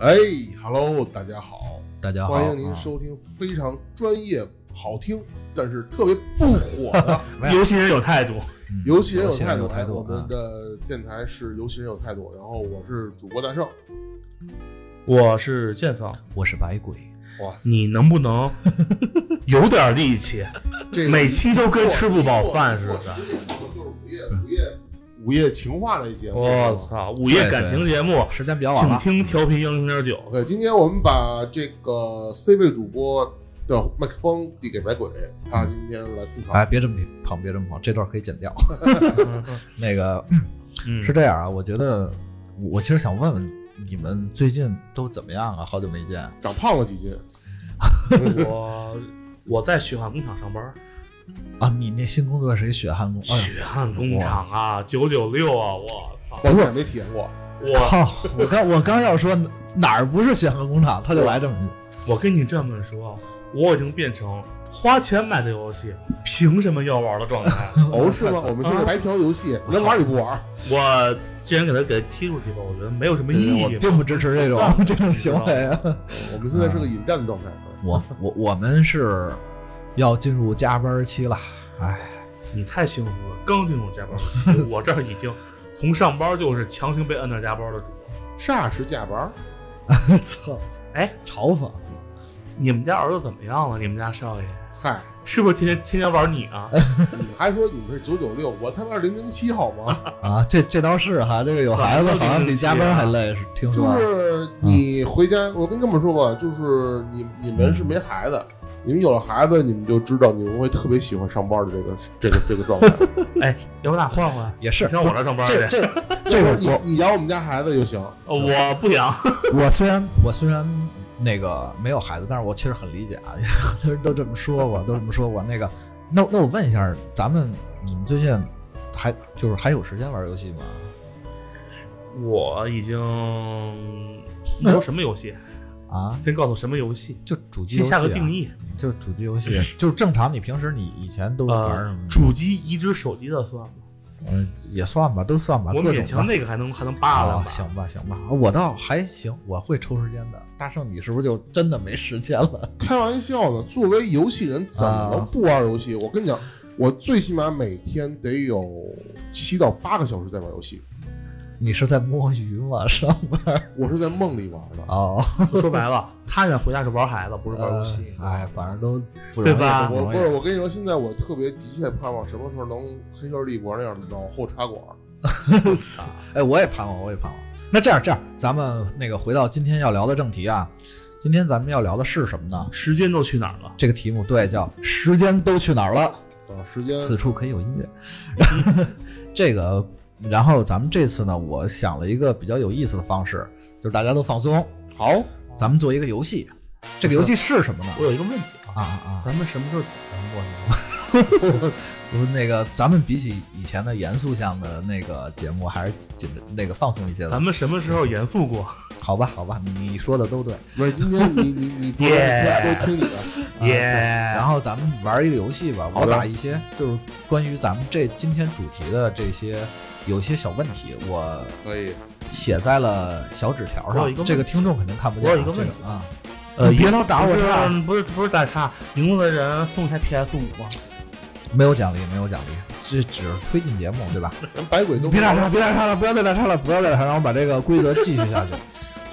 哎，Hello，大家好，大家好，欢迎您啊收听非常专业、好听，但是特别不火的没有游戏人有态度，嗯 游戏人有有态度。哎，我度，啊们的电台是游戏人有态度，然后我是主播大圣。我是剑锋，我是白鬼，哇塞，你能 不能有点力气？这每期都跟吃不饱饭似的的。，就是午夜午夜午夜情话类节目。我！操，午夜感情节目，哦时间比较晚请了，听调频幺零点 九。对，今天我们把这个 C 位主播的麦克风递给白鬼，他今天来吐槽。哎，别这么捧，别这么捧，这段可以剪掉。 那个嗯，是这样啊，我觉得我我其实想问问你们最近都怎么样啊？好久没见，长胖了几斤？我我在血汗工厂上班，啊，你那新工作是一血汗工，哎呦血汗工厂啊，九九六啊，我操，我也没体验过。我靠！ 我刚我刚要说哪儿不是血汗工厂，他就来这么一句。我跟你这么说，我已经变成花钱买的游戏，凭什么要玩的 状态？哦，是吗？我们是白嫖游戏，能玩你不玩？我既然给他给他踢出去吧，我觉得没有什么意对义我嘛。并不支持这种这种行为啊。我们现在是个引战的状态。我我我们是要进入加班期了，哎，你太幸福了，刚进入加班期，我这儿已 经从上班就是强行被摁到加班的主播。霎时加班， 操，哎，嘲讽。你们家儿子怎么样了？你们家少爷嗨，是不是天天天天玩你 啊？你们还说你们是九九六，我他妈零零七好吗？啊，这这倒是哈，这个有孩子好像比加啊班还累，是听就说。是你回家，我跟哥们说过，就是你你们是没孩子，你们有了孩子，你们就知道你们会特别喜欢上班的这个这个这个状态。哎，要不咱俩换换？也是你，上我这儿上班这去。这 这要个不你你养我们家孩子就行，呃我不 想，我我虽然我虽然那个没有孩子，但是我确实很理解啊， 很多人都这么说我，都这么说我。那个，那那我问一下，咱们你们最近还就是还有时间玩游戏吗？我已经你说什么游戏？啊，先告诉我什么游戏，就主机游先戏、下啊，个定义。就主机游戏，就是正常你平时你以前都玩什呃么，？主机移植手机的算吗？嗯，也算吧，都算吧，我啊各勉种吧强那个还能还能扒拉哦吧。行吧，行吧，我倒还行，我会抽时间的。大圣，你是不是就真的没时间了？开玩笑呢。作为游戏人，怎么能不玩游戏？我跟你讲，我最起码每天得有七到八个小时在玩游戏，你是在摸鱼吗？上班？我是在梦里玩的。哦，说白了，他现在回家是玩孩子，不是玩游戏。呃哎，反正都不容易，对吧不我容不易是，我跟你说，现在我特别急切盼望什么时候能黑客帝国那样脑后插管。哎，我也盼望，我也盼望。那这样，这样，咱们那个回到今天要聊的正题啊，今天咱们要聊的是什么呢？时间都去哪儿了？这个题目对，叫“时间都去哪儿了”。啊，时间此处可以有音乐。嗯 这个，然后咱们这次呢，我想了一个比较有意思的方式，就是大家都放松，好，咱们做一个游戏。这个游戏是什么呢？我有一个问题啊啊，啊啊！咱们什么时候紧张过呢？我那个，咱们比起以前的严肃向的那个节目，还是紧那个放松一些的 咱。们什么时候严肃过？好吧，好吧，你说的都对。不是今天你你你 多 Yeah 多听你的，耶！然后咱们玩一个游戏吧，好我的把一些就是关于咱们这今天主题的这些有一些小问题，我可以。写在了小纸条我有一上，个问这个听众肯定看不见、啊。我有一个问这个啊，呃，你别老打我岔不是，不是不是打岔，赢了的人送一台 PS 五吗？没有奖励，没有奖励，这只是推进节目，对吧？咱百鬼都别打打岔，别打岔了，不要再打岔了，不要再打岔了，让我把这个规则继续下去。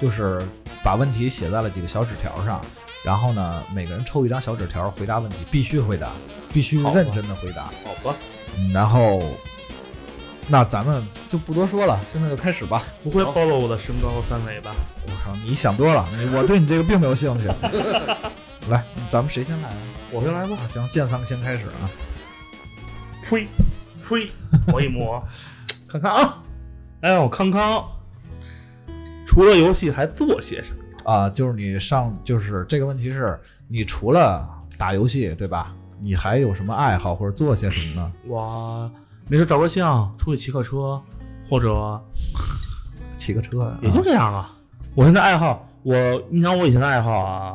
就是把问题写在了几个小纸条上，然后呢，每个人抽一张小纸条回答问题，必须回答，必须好吧认真的回答。好吧，嗯然后，那咱们就不多说了，现在就开始吧。不会暴露我的身高和三围吧？我靠，你想多了，你我对你这个并没有兴 趣。来，咱们谁先来啊？我先来吧。啊，行，建仓先开始啊。呸，呸，我一 摸，看看啊，哎呦，康康，除了游戏还做些什么？啊，就是你上，就是这个问题是，你除了打游戏，对吧？你还有什么爱好或者做些什么呢？我没事照个相，出去骑个车，或者骑个车啊，也就这样了。我现在爱好，我你想我以前的爱好啊，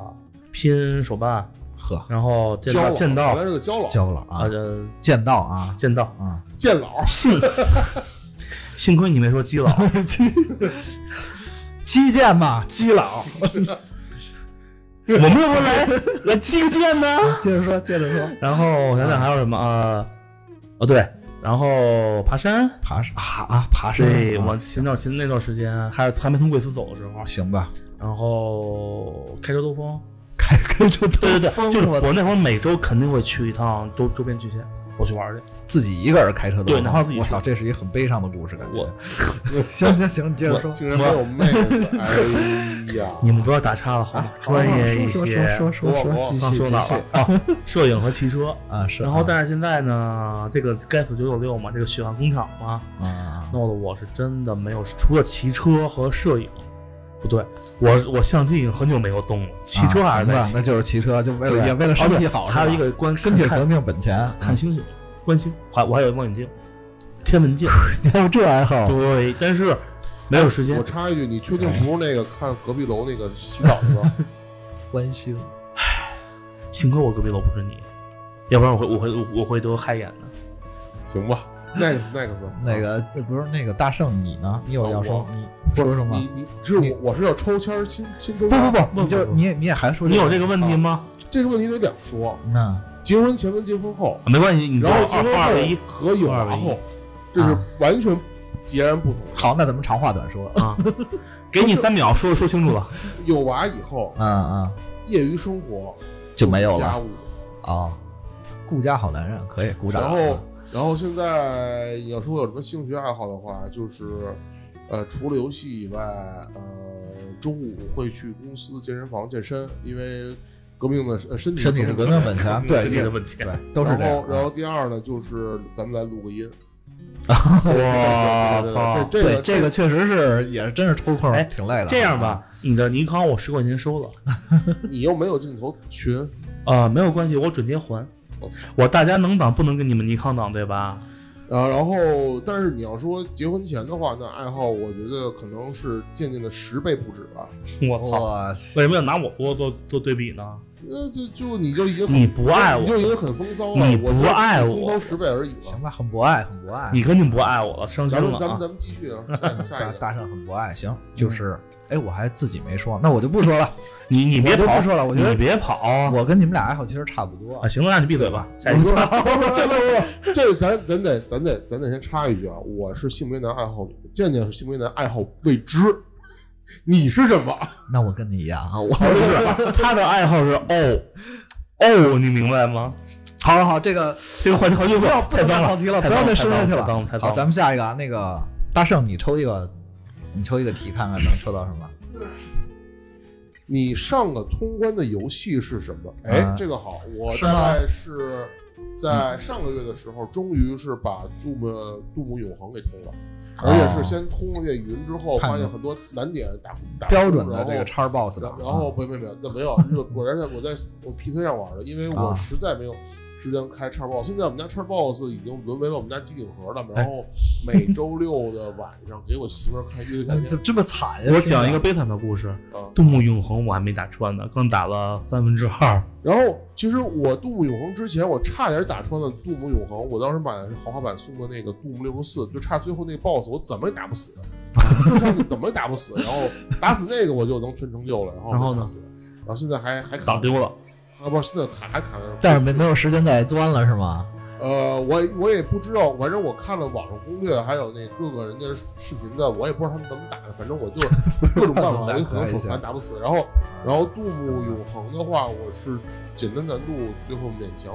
拼手办，呵，然后剑交道往，剑道咱是个交老，交了啊，啊，呃，剑道啊，剑道。啊，剑老， 幸幸亏你没说基佬，击剑嘛，基佬，我们要不来来击个剑呢？接着说，接着说，然后我想想还有什么啊？哦对，然后爬山，爬山啊啊，爬山，对啊我前段前那段时间还是还没从贵司走的时候，行吧，然后开车兜风， 开开就对对对，疯就是了我那会儿每周肯定会去一趟周周边巨县，我去玩儿去。自己一个人开车的话，对哪怕自己我去操，这是一个很悲伤的故事，感觉。我行行行，你接着我说，竟然没有妹 子，哎呀，你们不要打岔了好吗？专业一啊哦说些。说说说说，我继哦刚续说继哪续了啊？ 摄影和骑车。啊，是啊。然后，但是现在呢，这个该死九九六嘛，这个血汗工厂嘛，啊，弄得我是真的没有，除了骑车和摄影，不对，我我相机已经很久没有动了，骑车还是啊行在吧骑。那就是骑车，就为了对也为了身体好，还有一是吧个观身体看革命本 钱，看星星，观星，还我还有望远镜，天 文镜。你还有这爱好对，但是没有时间我。插一句，你确定不是那个看隔壁楼那个洗澡的 吗？关心，幸亏我隔壁楼不是你，要不然我会我会我会都害眼的。行 吧，next next，那个呃不是那个大圣，你呢？你有啊要说我你不说是什么？你你是你我我是要抽签儿亲亲抽不签不儿，不，不你就不不你也你也还说嗯你有这个问题吗？啊这个问题得两说，那结婚前跟结婚后，啊没关系，你然说后二结婚分二为一后和有二为娃一后，这是啊完全截然不同的。好，那咱们长话短说。 啊，给你三秒说说清楚了。有娃以后，嗯嗯，业余生活就没有了家务，啊，顾家好男人，可以鼓掌。嗯然后然后现在你要说我有什么兴趣爱好的话，就是呃，除了游戏以外，呃，周五会去公司健身房健身，因为革命的呃身体身体是革命本 钱，对身体的 问题。对，都是然这样后，。然啊后第二呢，就是咱们来录个音。我对操！对对对，对这这个个确实是，也真是抽空哎，挺累的。啊这样，吧，你的尼康我十块钱收了，这你又没有镜头群，啊，没有关系，我准接还我操。我大家能挡不能跟你们尼康挡对吧？啊，然后但是你要说结婚前的话，那爱好我觉得可能是渐渐的十倍不止吧。我操！我为什么要拿我做做做对比呢？那呃就就你就已经很你不爱我你就已经很风骚了，你不我就爱我风骚十倍而已行了。吧，很博爱，很博爱。你肯定不爱我了，伤心咱了们咱们啊！咱们继续啊，下一个下大一个。大圣很博爱，行，就是，哎，我还自己没说，那我就不说了，你你我别就跑不，说了，我觉你得别跑啊！我跟你们俩爱好其实差不多啊，。行了，那你闭嘴吧， 下一次。这不不，这咱咱得咱得咱得先插一句啊，我是性别男爱好女，健健是性别男爱好未知，你是什么？那我跟你一样啊，我不是， 他的爱好是哦哦，你明白吗？好好好，这个这个话题好久不要不太能再脏跑了，题了，太不要脏再说下去太脏了，太好，脏咱了。们下一个啊，那个大圣，你抽一个，你抽一个题看看能抽到什么？你上个通关的游戏是什么？哎，啊这个好，我是大吗概是在上个月的时候，终于是把杜牧杜牧永恒给通了，啊而且是先通了这云之后，看发现看很多难点打不打不标准通的这个然后叉 box 的然啊，然后没没没，那没 有，是果然在我在我 PC 上玩的，因为啊我实在没有时间开叉 box。现在我们家叉 box 已经沦为了我们家机顶盒了，然 后每周六的晚上给我媳妇儿看乐队夏哎天怎么这么惨呀？我听着讲一个悲惨的故事，啊。杜牧永恒我还没打穿呢，刚打了三分之二。然后其实我杜牧永恒之前，我差点打穿了杜牧永恒，我当时买的是豪华版送的那个杜牧六十四，就差最后那个 boss 我怎么也打不死， 就差怎么也打不死，然后打死那个我就能全成就了，然后然后呢打死，然后现在还还打卡，丢了，啊不是现在卡还卡着，但是没没有时间再钻了是吗？呃，我我也不知道，反正我看了网上攻略，还有那各个人家视频的，我也不知道他们怎么打的，反正我就是各种办法，我有可能手残打不死。然后，然后杜牧永恒的话，我是简单难度最后勉强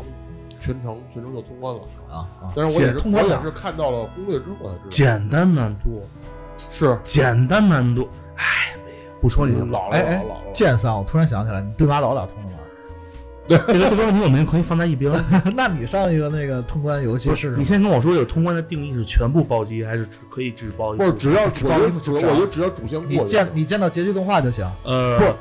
全程全程就通关了。啊啊！但是我也是通我关了也是看到了攻略之后我才知道，简单难度，是简单难度。哎，不说你了，老了哎老哎了老了。剑三，我突然想起来，你对马岛俩通了 吗？这个这个问题我们可以放在一边。那你上一个那个通关游戏 不是你先跟我说，有通关的定义是全部暴击，还是只可以只暴不是，击？只要我只觉要得只只要要我觉得只要主线你过见就你见到结局动画就行。呃，行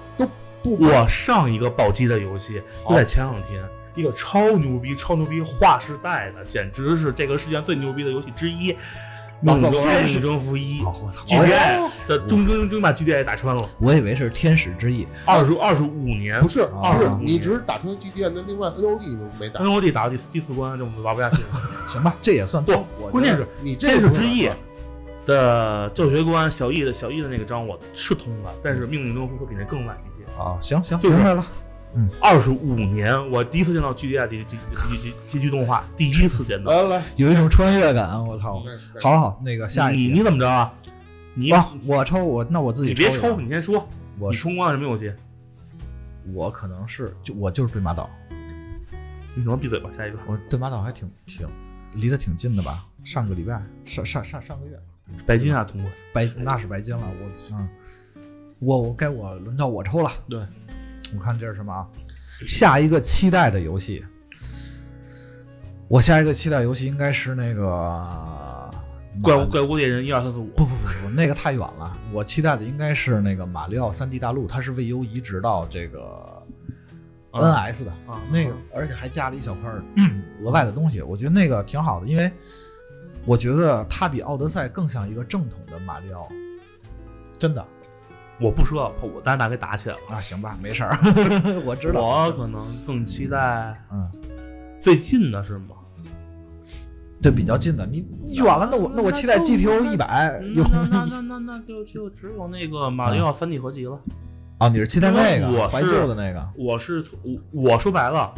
不不我上一个暴击的游戏就在前两天，一个超牛逼、超牛逼划时代的，简直是这个世界上最牛逼的游戏之一，《马命上中开始命中服一》好，我操！ GDI 的终终终于把 GDI 打穿了，我以为是天使之翼二十二十五年不是啊不是，你只是打穿 G D N 的另外 N O D 没打， ，N O D 打到第四第四关，这我们玩不下去了。行吧，这也算不我觉得关键是你这天个使不之能翼打的教学观，小易的小易的那个章我是通了，但是命运中会比那更晚一些。啊，行行，就是明白了，二十五年，我第一次见到《巨地亚结结结结结局动画，第一次呃见到。来来，有一种穿越感，我操！开始，好好，那个下你一你题怎么着啊？你啊，我抽我那我自己你别一个抽，，你先说，我你冲关了什么游戏？我可能是就我就是对马岛，你怎么闭嘴吧？下一个我对马岛还挺挺离得挺近的吧？上个礼拜上上上上个月白金啊，通过。白那是白金了，我嗯，我我该我轮到我抽了，对，我看这是什么啊？下一个期待的游戏，我下一个期待游戏应该是那个怪物怪物猎人一二三四五，不不不不，那个太远了。我期待的应该是那个《马里奥三 D 大陆》，它是为由移植到这啊个嗯 NS 的啊那个而且还加了一小块儿嗯额外的东西。我觉得那个挺好的，因为我觉得它比《奥德赛》更像一个正统的马里奥，真的我不说，怕我咱俩给打起来了。啊，行吧，没事 儿，我知道。我可能更期待嗯，最近的是吗？这比较近的，你远了，那我那我期待 GTO 一百有嗯 那那那那那就就只有那个马里奥三 D 合集了。啊，你是期待那因为我个是怀旧的那个我是我我说白了，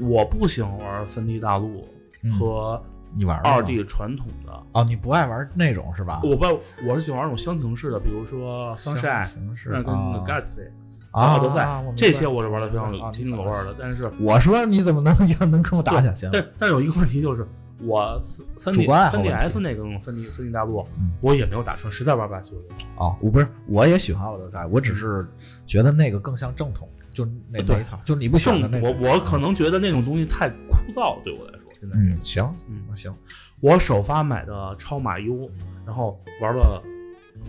我不喜欢玩三 D 大陆嗯和你玩了吗二 D 传统的，啊？你不爱玩那种是吧？我不我是喜欢玩那种箱庭式的，比如说 Sunshine 平时那跟啊 Gutsy、啊，奥德赛啊我明白这些，我是玩的非常啊有津津有味儿的。但是我说你怎么能 能跟我打起来？行，但但有一个问题就是，我三三 D 主观爱啊好三问题 DS 那个三 D 三 D 大陆嗯，我也没有打算实在玩不下去了。啊，我不是，我也喜欢奥德赛，我只是觉得那个更像正统，就那对那一套，就你不喜欢的那正我个。我可能觉得那种东西太枯燥了，对我来说，现在嗯，行嗯行，我首发买的超马 U，然后玩了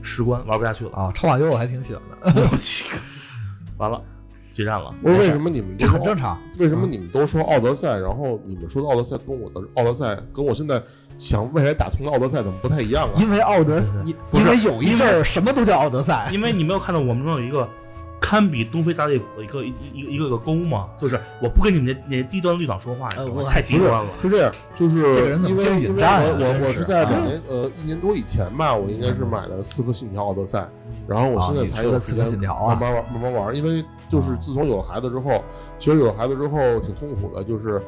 十关，玩不下去了，啊，超马优我还挺喜欢的，完了，决战了。我说为什么你们这都很说正常。嗯为什么你们都说奥德赛，然后你们说的奥德赛跟我的奥德赛跟我现在想未来打通的奥德赛怎么不太一样啊？因为奥德，因不是为有一阵儿什么都叫奥德赛，因为你没有看到我们中有一个堪比东非大裂谷的一个一一一个一个沟吗？就是我不跟你们那那低端绿党说话，你知道吗呃我太低端了。是这样，就是这个人怎因么为这么因引为战啊我真我我是是在啊两年呃一年多以前吧，我应该是买了《刺客信条：奥德赛》，然后我啊现在你才说的有刺时客间信条啊慢慢玩慢慢玩，因为就是自从有了孩子之后，其实有了孩子之后挺痛苦的，就是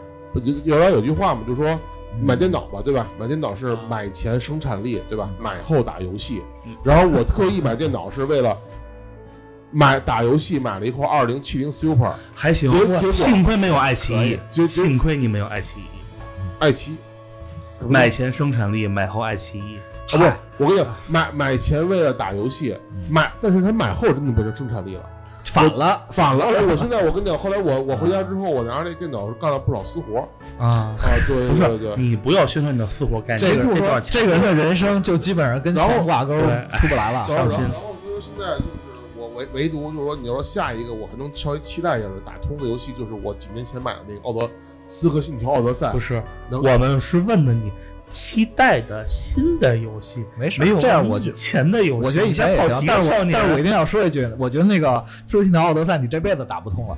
原来有句话嘛，就说嗯买电脑吧，对吧？买电脑是啊买前生产力，对吧？买后打游戏嗯。然后我特意买电脑是为了买打游戏，买了一块二零七零 Super，还行结果，幸亏没有爱奇可艺以，结结幸亏你没有爱奇艺，爱奇艺。买前生产力，买后爱奇艺。啊，不是，我跟你讲，买买前为了打游戏，买，但是他买后真的变成生产力了，反了反了。我现在我跟你讲，后来我我回家之后，我拿着这电脑干了不少私活啊！啊，对不是对对对，你不要宣传你的私活概念，这个这就是说段这个人的人生就基本上跟然钱后挂钩对，出不来了。然后啊上心然后所以说现在就是我唯唯独就是说，你要说下一个，我还能稍微期待一下是打通的游戏，就是我几年前买的那个《奥德刺客信条：奥德赛不》，是，能我们是问的你期待的新的游戏，没事儿没有这样问我你就以前的游戏，我觉得以前也你行先，但是泡我你但是我一我定要说一句，我觉得那个《刺客信条：奥德赛》你这辈子打不通了。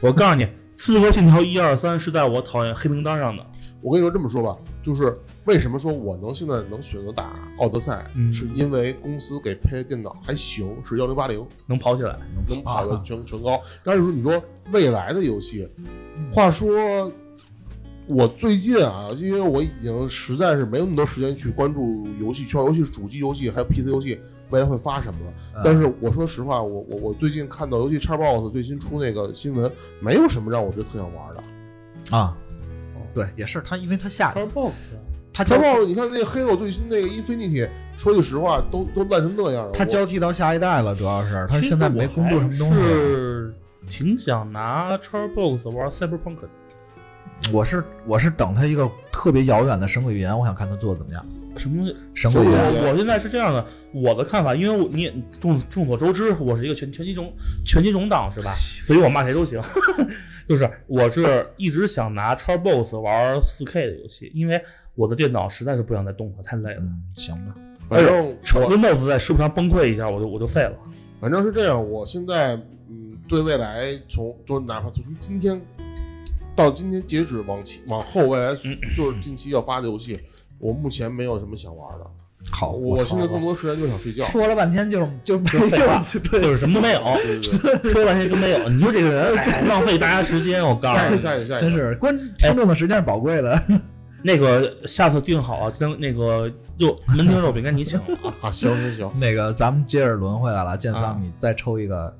我告诉你，《刺客信条》一二三是在我讨厌黑名单上的，我跟你说这么说吧，就是为什么说我能现在能选择打奥德赛，嗯是因为公司给配的电脑还行，是幺零八零。能跑起来。能跑的全全高。但是说你说未来的游戏，话说我最近啊，因为我已经实在是没有那么多时间去关注游戏圈，尤其是主机游戏还有 PC 游戏未来会发什么了。嗯但是我说实话，我我我最近看到游戏 Xbox 最新出那个新闻，没有什么让我觉得特想玩的。啊，对，也是他，因为他下 Xbox，他交 Xbox 你看那个 Halo 最新那个 Infinity，说句实话，都都烂成那样了。他我交替到下一代了，主要是他现在没公布什么东其实我还西。啊是挺想拿 Xbox 玩 Cyberpunk 的。我是我是等他一个特别遥远的神鬼预言，我想看他做的怎么样。什么东西？神对鬼预神鬼言预言我我现在是这样的，我的看法，因为我你也众众所周知，我是一个全全金融全金融党是吧？所以我骂谁都行。 就是我是一直想拿 Xbox 玩 4K 的游戏，因为我的电脑实在是不想再动它，太累了。嗯，行吧，反哎正我 Windows 在师傅上崩溃一下，我就我就废了。反正是这样，我现在嗯，对未来从就哪怕从今天到今天截嗯止往期往后未来就是近期要发的游戏，我目前没有什么想玩的。好，我哦操现在更多时间就是想睡觉。说了半天就是就是就是没废话有，对就是什么都没有，对对对，说半天就没有。你说这个人哎浪费大家时间，我告下诉一个，你。下一个，下一个。真是观哎听众的时间是宝贵的。 那个下次定好啊，今天那个肉门钉肉饼干你请了啊，啊，行行行，那个咱们接着轮回来了，剑啊桑，你再抽一个，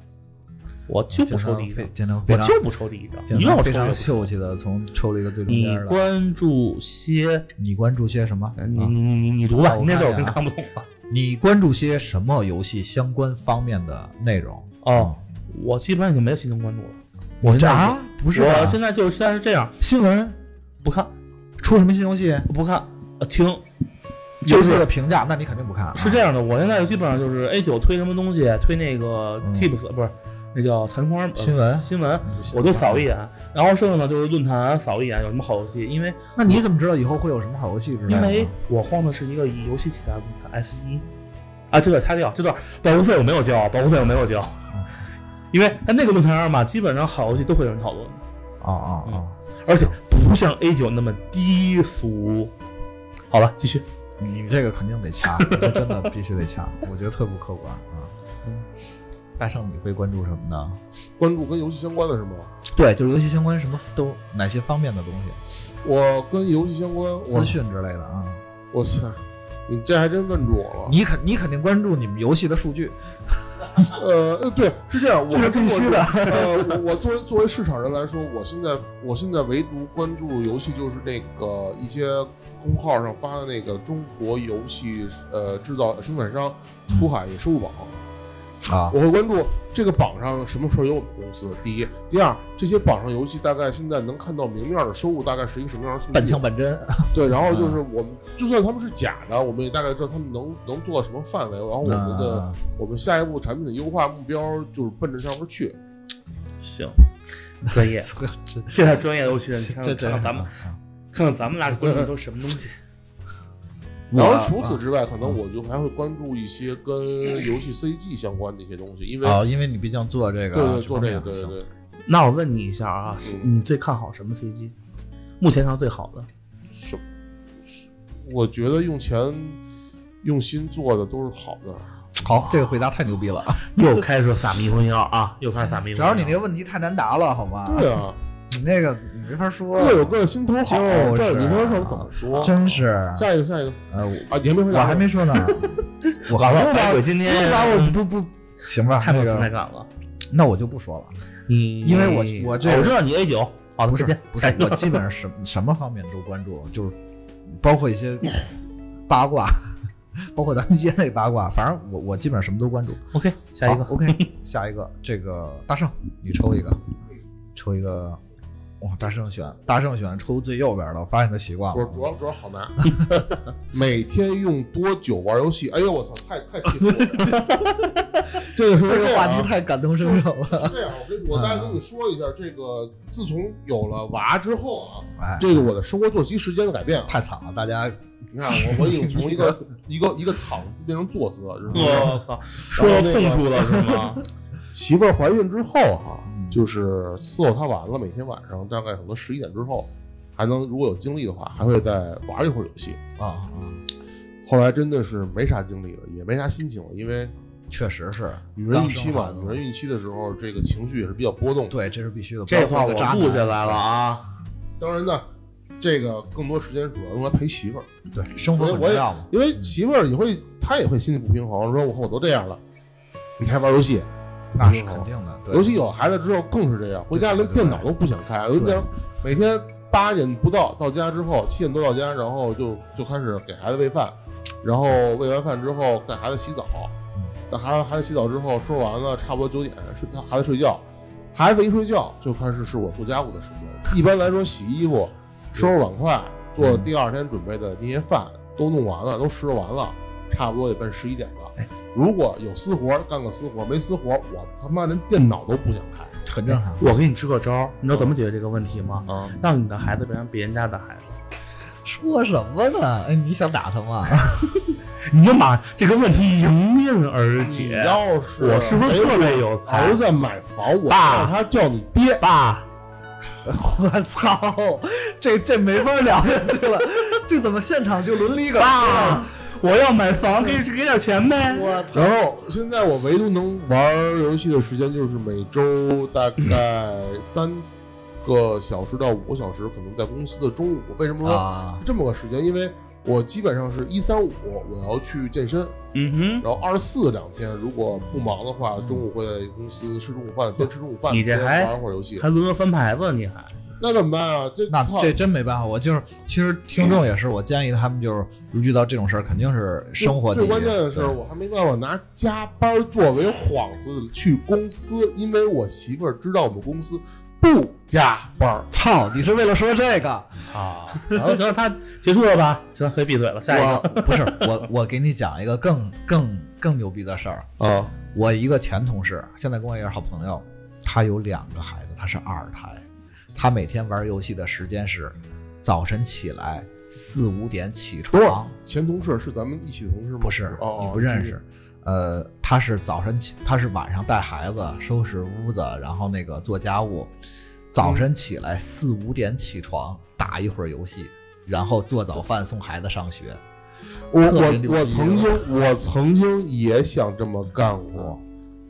我就不剑抽桑第一张非，剑桑非我常就不抽第一张，剑你让桑我非抽常就行。秀气的从抽了一个最中你间的。关注些，你关注些什么？呃你啊你你你你读吧，我你那字看我看真啊看不懂了。你关注些什么游戏相关方面的内容？ 哦，我基本上已经没有新闻关注了。我现在啊，不是吧我现在就是现在是这样，新闻不看出什么新游戏？不看，呃听，就游戏的是评价，那你肯定不看啊。是这样的。我现在基本上就是 A 九推什么东西，推那个嗯 Tips 不是，那叫弹框新闻，啊新闻，我就扫一眼，然后剩下呢就是论坛扫一眼有什么好游戏，因为那你怎么知道以后会有什么好游戏之类的因呢？为我晃的是一个以游戏起家的论坛 S 一，啊，这段擦掉，这段保护费我没有交，啊保护费我没有交，嗯 因为哎在那个论坛上吧，基本上好游戏都会有人讨论，哦哦哦，而且不像 A 九那么低俗。好了，继续。你这个肯定得 掐，这真的必须得掐，我觉得特不客观啊。嗯大圣，你会关注什么呢？关注跟游戏相关的是吗？对，就是游戏相关什么都哪些方面的东西，我跟游戏相关，我资讯之类的啊。我操，你这还真问住我了。你肯你肯定关注你们游戏的数据，呃呃，对，是这样，我这是必须 的呃，我我作为作为市场人来说，我现在我现在唯独关注游戏就是那个一些公号上发的那个中国游戏呃制造生产商出海收入榜，啊。我会关注这个榜上什么时候有我们公司。第一，第二，这些榜上游戏大概现在能看到明面的收入大概是一个什么样的数半嗯据枪？半 真，对，然后就是我们就算他们是假的，我们也大概知道他们能能做到什么范围，然后我们的。嗯我们下一步产品的优化目标就是奔着上面去。 行，专业，这这才专业的游戏人。你看这看这嗯看看咱们，看看咱们俩关注都是什么东 西？我然后除此啊之外，可能我就还会关注一些跟游戏 CG 相关的一些东西，因为哦，因为你毕竟做这个啊对对这做方这面个，的，对对行对。那我问你一下啊，嗯你最看好什么 CG？目前上最好的？什，我觉得用钱用心做的都是好的。啊好，这个回答太牛逼了，又开始撒迷魂药啊！又开始撒迷魂药。主要是你那个问题太难答了，好吗？对 啊，你那个你没法说，各有各的心头好。啊就是啊这你说这我怎么说？真是。下一个，下一个呃，我啊！你还没回我答，还没说 呢，我老说了，百鬼今天啊把我不不行吧？太没那有存在个，感了。那我就不说了。你因为我我这嗯哦我知道你 A 九，好的，不是再见不下是一，个我基本上什什么方面都关注，就是包括一些八卦，包括咱们业内八卦，反正我我基本上什么都关注。 OK 下一个好，OK，下一 个，这个大圣，你抽一个，抽一个，哇，大圣选大圣选抽最右边的，我发现他习惯不是了。主要主要好拿。 每天用多久玩游戏？哎呦我操，太太辛苦 了。这个时候这这个样话啊题太感同身受了。是这样，我跟我大概跟你说一下，这个自从有了娃之后啊， 哎，这个我的生活作息时间的改变啊，太惨了，大家你看我我已经从一个一个一个躺姿变成坐姿了，知道吗？我操， 说到痛处了是吗？ 媳妇儿怀孕之后啊嗯，就是伺候她完了，每天晚上大概可能十一点之后，还能如果有精力的话，还会再玩一会儿游戏。啊啊，后来真的是没啥精力了，也没啥心情了，因为确实是女人孕期刚嘛，生孩子女人孕期的时候，这个情绪也是比较波动的。对，这是必须的。这话我不要做一录个渣下男来了。啊！当然呢，这个更多时间主要用来陪媳妇儿。对，生活很重要嘛。因为媳妇儿也会，她也会心里不平衡，说我我都这样了，你还玩游戏？那是肯定的。对尤其有孩子之后更是这样，回家连电脑都不想开，对有点每天八点不到到家之后，七点多到家，然后就就开始给孩子喂饭，然后喂完饭之后带孩子洗澡嗯，带孩子孩子洗澡之后收拾完了，差不多九点睡，他孩子睡觉，孩子一睡觉就开始是我做家务的时间。一般来说，洗衣服、收拾碗筷、嗯做第二天准备的那些饭都弄完了，都拾掇完了，差不多得奔十一点了。哎如果有私活干个私活，没私活我他妈连电脑都不想开很正常。我给你支个招儿，你知道怎么解决这个问题吗？啊！让你的孩子变成别人家的孩子，说什么呢？哎，你想打他吗？ 你就马这个问题迎面而你解。要是哎我是不是特别有才儿？子买房，我爸让他叫你爹，爸，我 操，这这没法聊下去了，这怎么现场就伦理梗 爸，我要买房，给给点钱呗。我操！然后现在我唯独能玩游戏的时间就是每周大概三个小时到五个小时，可能在公司的中午。为什么说啊，这么个时间？因为我基本上是一三五我要去健身，嗯然后二四两天如果不忙的话，中午会在公司吃中午饭，边吃中午饭你这边还玩会儿游戏哼，。还轮流翻牌子，你还那怎么办啊？这那操这真没办法，我就是其实听众也是，我建议他们就是遇到这种事儿，肯定是生活最第一最关键的是，对我还没办法拿加班作为幌子去公司，因为我媳妇儿知道我们公司不加班儿。操，你是为了说这 个？啊，然后行了，他结束了吧？行，可以闭嘴了。下一个，我不是我，我给你讲一个更更更牛逼的事儿。啊，我一个前同事，现在跟我也是好朋友，他有两个孩子，他是二胎，他每天玩游戏的时间是早晨起来四五点起床，前同事是咱们一起的同事吗？不是哦，你不认识。呃，他是早晨起，他是晚上带孩子收拾屋子，然后那个做家务，早晨起来四五点起床打一会儿游戏，然后做早饭送孩子上学。我特别牛逼我我曾经我曾经也想这么干过，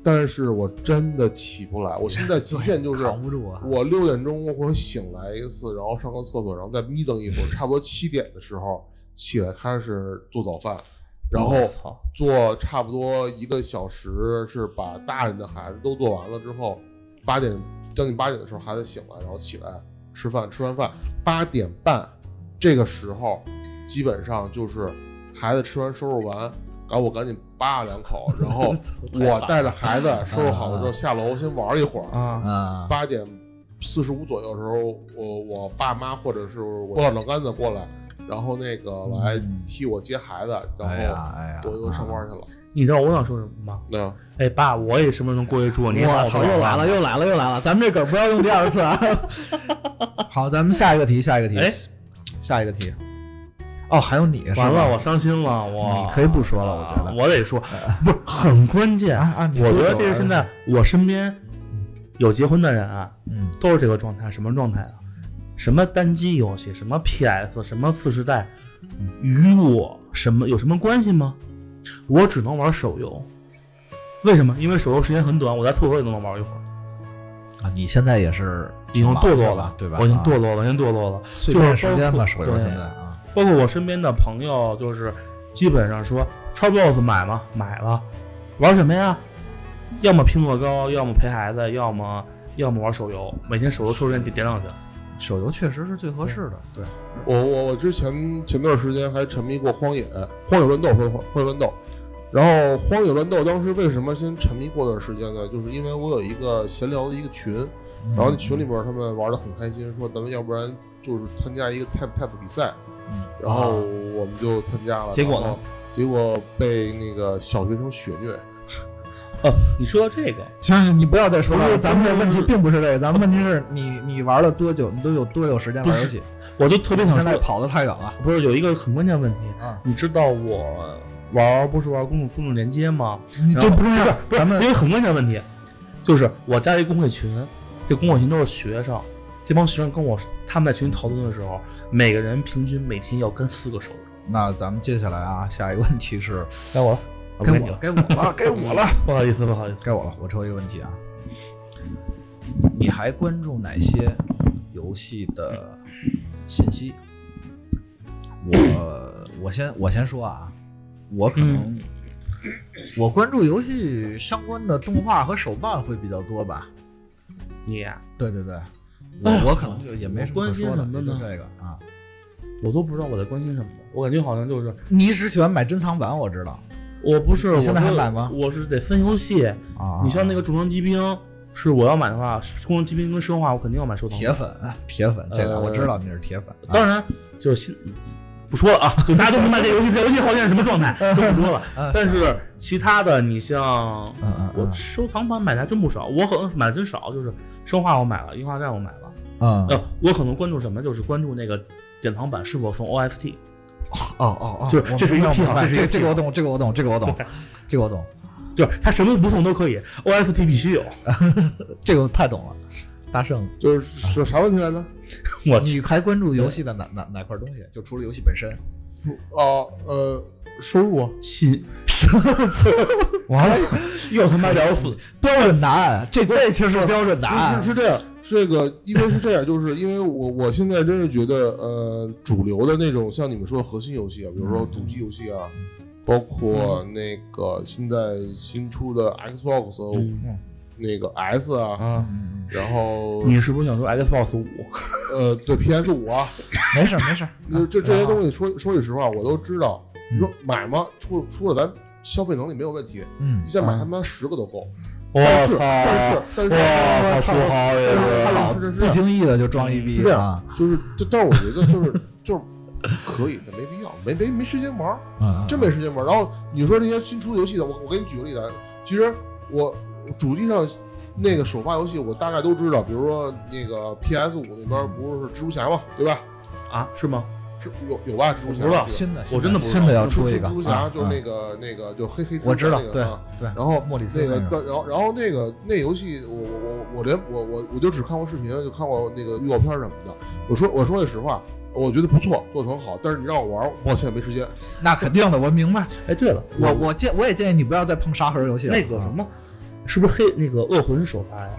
但是我真的起不来。我现在极限就是扛不住啊！我六点钟或者醒来一次，然后上个厕所，然后再眯瞪一会儿，差不多七点的时候起来开始做早饭，然后我操，做差不多一个小时，是把大人的孩子都做完了之后，八点将近八点的时候孩子醒了，然后起来吃饭，吃完饭八点半这个时候，基本上就是孩子吃完收拾完，赶我赶紧扒拉两口，然后我带着孩子收拾好了之后下楼先玩一会儿，啊，啊，八点四十五左右的时候，我我爸妈或者是我老老干子过来，然后那个来嗯替我接孩子，哎然后呀哎呀，我就上啊班去了。啊你知道我想说什么吗？那哎，爸，我也什么时候能过去住？你也把我操，当又来爸爸了，又来了，又来了！咱们这梗不要用第二次啊。好，咱们下一个题，下一个题哎，下一个题。嗯哦，还有你是吧 完了，我伤心了，我你可以不说了我觉得啊我得说，不是很关键啊。啊！你我觉得多久这个了现在我身边有结婚的人啊，嗯都是这个状态，什么状态啊？什么单机游戏，什么 PS，什么次世代，与我什么有什么关系吗？我只能玩手游，为什么？因为手游时间很短，我在厕所里都能玩一会儿，啊，你现在也是已经堕落了，对吧？我已经啊堕落了，已经堕落了。碎就是片时间包吧，括手游对现在啊，包括我身边的朋友，就是基本上说超 boss 买吗？买了，玩什么呀？要么拼乐高，要么陪孩子，要么要么玩手游，每天手游抽时间点点上去。手游确实是最合适的。对，我我我之前前段时间还沉迷过荒野《荒野乱斗》，说荒荒野乱斗。然后《荒野乱斗》当时为什么先沉迷过段时间呢？就是因为我有一个闲聊的一个群，然后那群里嗯面他们玩的很开心，说咱们要不然就是参加一个 tap tap 比赛，嗯然后我们就参加了。结果呢然后？结果被那个小学生血虐。哦，你说到这个，行行，你不要再说不了。是咱们这问题不是并不是这个，咱们问题是你你玩了多久？你都有多有时间玩游戏？我就特别你想现在说，跑得太远了。不是有一个很关键问题，啊，你知道我玩不是玩公主公主连接吗？你这不重要是，不是咱们因为很关键的问题，就是我加了一工会群，这工会群都是学生，这帮学生跟我他们在群里讨论的时候，每个人平均每天要跟四个手游。那咱们接下来啊，下一个问题是该我了，啊该不我你了了，，该我 了，该我了，不好意思，不好意思。该我了。我抽一个问题啊，你还关注哪些游戏的信息？我我先我先说啊，我可能、嗯我关注游戏相关的动画和手办会比较多吧。你呀、对对对，我、哎呀我可能就也没什么可说我的，关心什么也就呢这个啊。我都不知道我在关心什么，我感觉好像就是你只喜欢买珍藏版，我知道我不是，你现在我是还买吗我是得分游戏。啊。你像那个《重装机兵》，是我要买的话，《重装机兵》跟《生化》，我肯定要买收藏。铁粉，啊铁粉，这个我知道你呃是铁粉。啊当然就是新不说了啊，就大家都明白这游戏这游戏好像是什么状态，都不说了。啊但是其他的，你像嗯嗯我嗯收藏版买的还真不少，我可能买的真少，就是生化我买了，樱花战我买了，嗯，呃，我可能关注什么，就是关注那个典藏版是否送 OST。哦哦哦，就是我这是一个明白癖好这是一这个这个我懂，这个我懂，这个我懂，这个我懂，就是它什么不送都可以，OST 必须有。这个我太懂了。大圣，就是是啥问题来着？我你还关注游戏的哪哪哪块东西？就除了游戏本身，啊呃收入信什么词？完了，又他妈聊死。标准答案，这这其实是标准答啊案 是。是这样，这个因为是这样，就是因为我我现在真是觉得呃主流的那种像你们说的核心游戏啊，比如说主机游戏啊。包括那个现在新出的 Xbox、啊嗯那个 S 啊，啊，嗯，然后你是不是想说 Xbox 五？呃，对 PS 五啊，没事儿没事儿，就是这这些东西说说句实话，我都知道。你说买吗？出出了咱消费能力没有问题，嗯你，先买他妈十个都够。我但是操！但我是但是操操，土豪也他是。老是不这是经意的就装一是逼这啊样，，就是就但是我觉得就是就是可以，但没必要，没没没时间玩儿，嗯，真没时间玩儿。然后你说这些新出的游戏的，我我给你举个例子啊，其实我主机上。那个首发游戏我大概都知道，比如说那个 PS 五那边不是蜘蛛侠嘛，对吧？啊，是吗？是有有吧？蜘蛛侠我不知道对吧新的，我真的不知道新的要出一个蜘蛛侠啊就是那啊个那个就黑黑蜘蛛侠我知道那，个对啊对，然后莫里斯那个那，个但然后然后那个那游戏，我我我我连我我我就只看过视频，就看过那个预告片什么的。我说我说句实话，我觉得不错，做的很好，但是你让我玩，抱歉没时间。那肯定的，我明白。哎，对了，我我建我也建议你不要再碰沙盒游戏了。啊那啊个什么，是不是黑那个恶魂首发呀？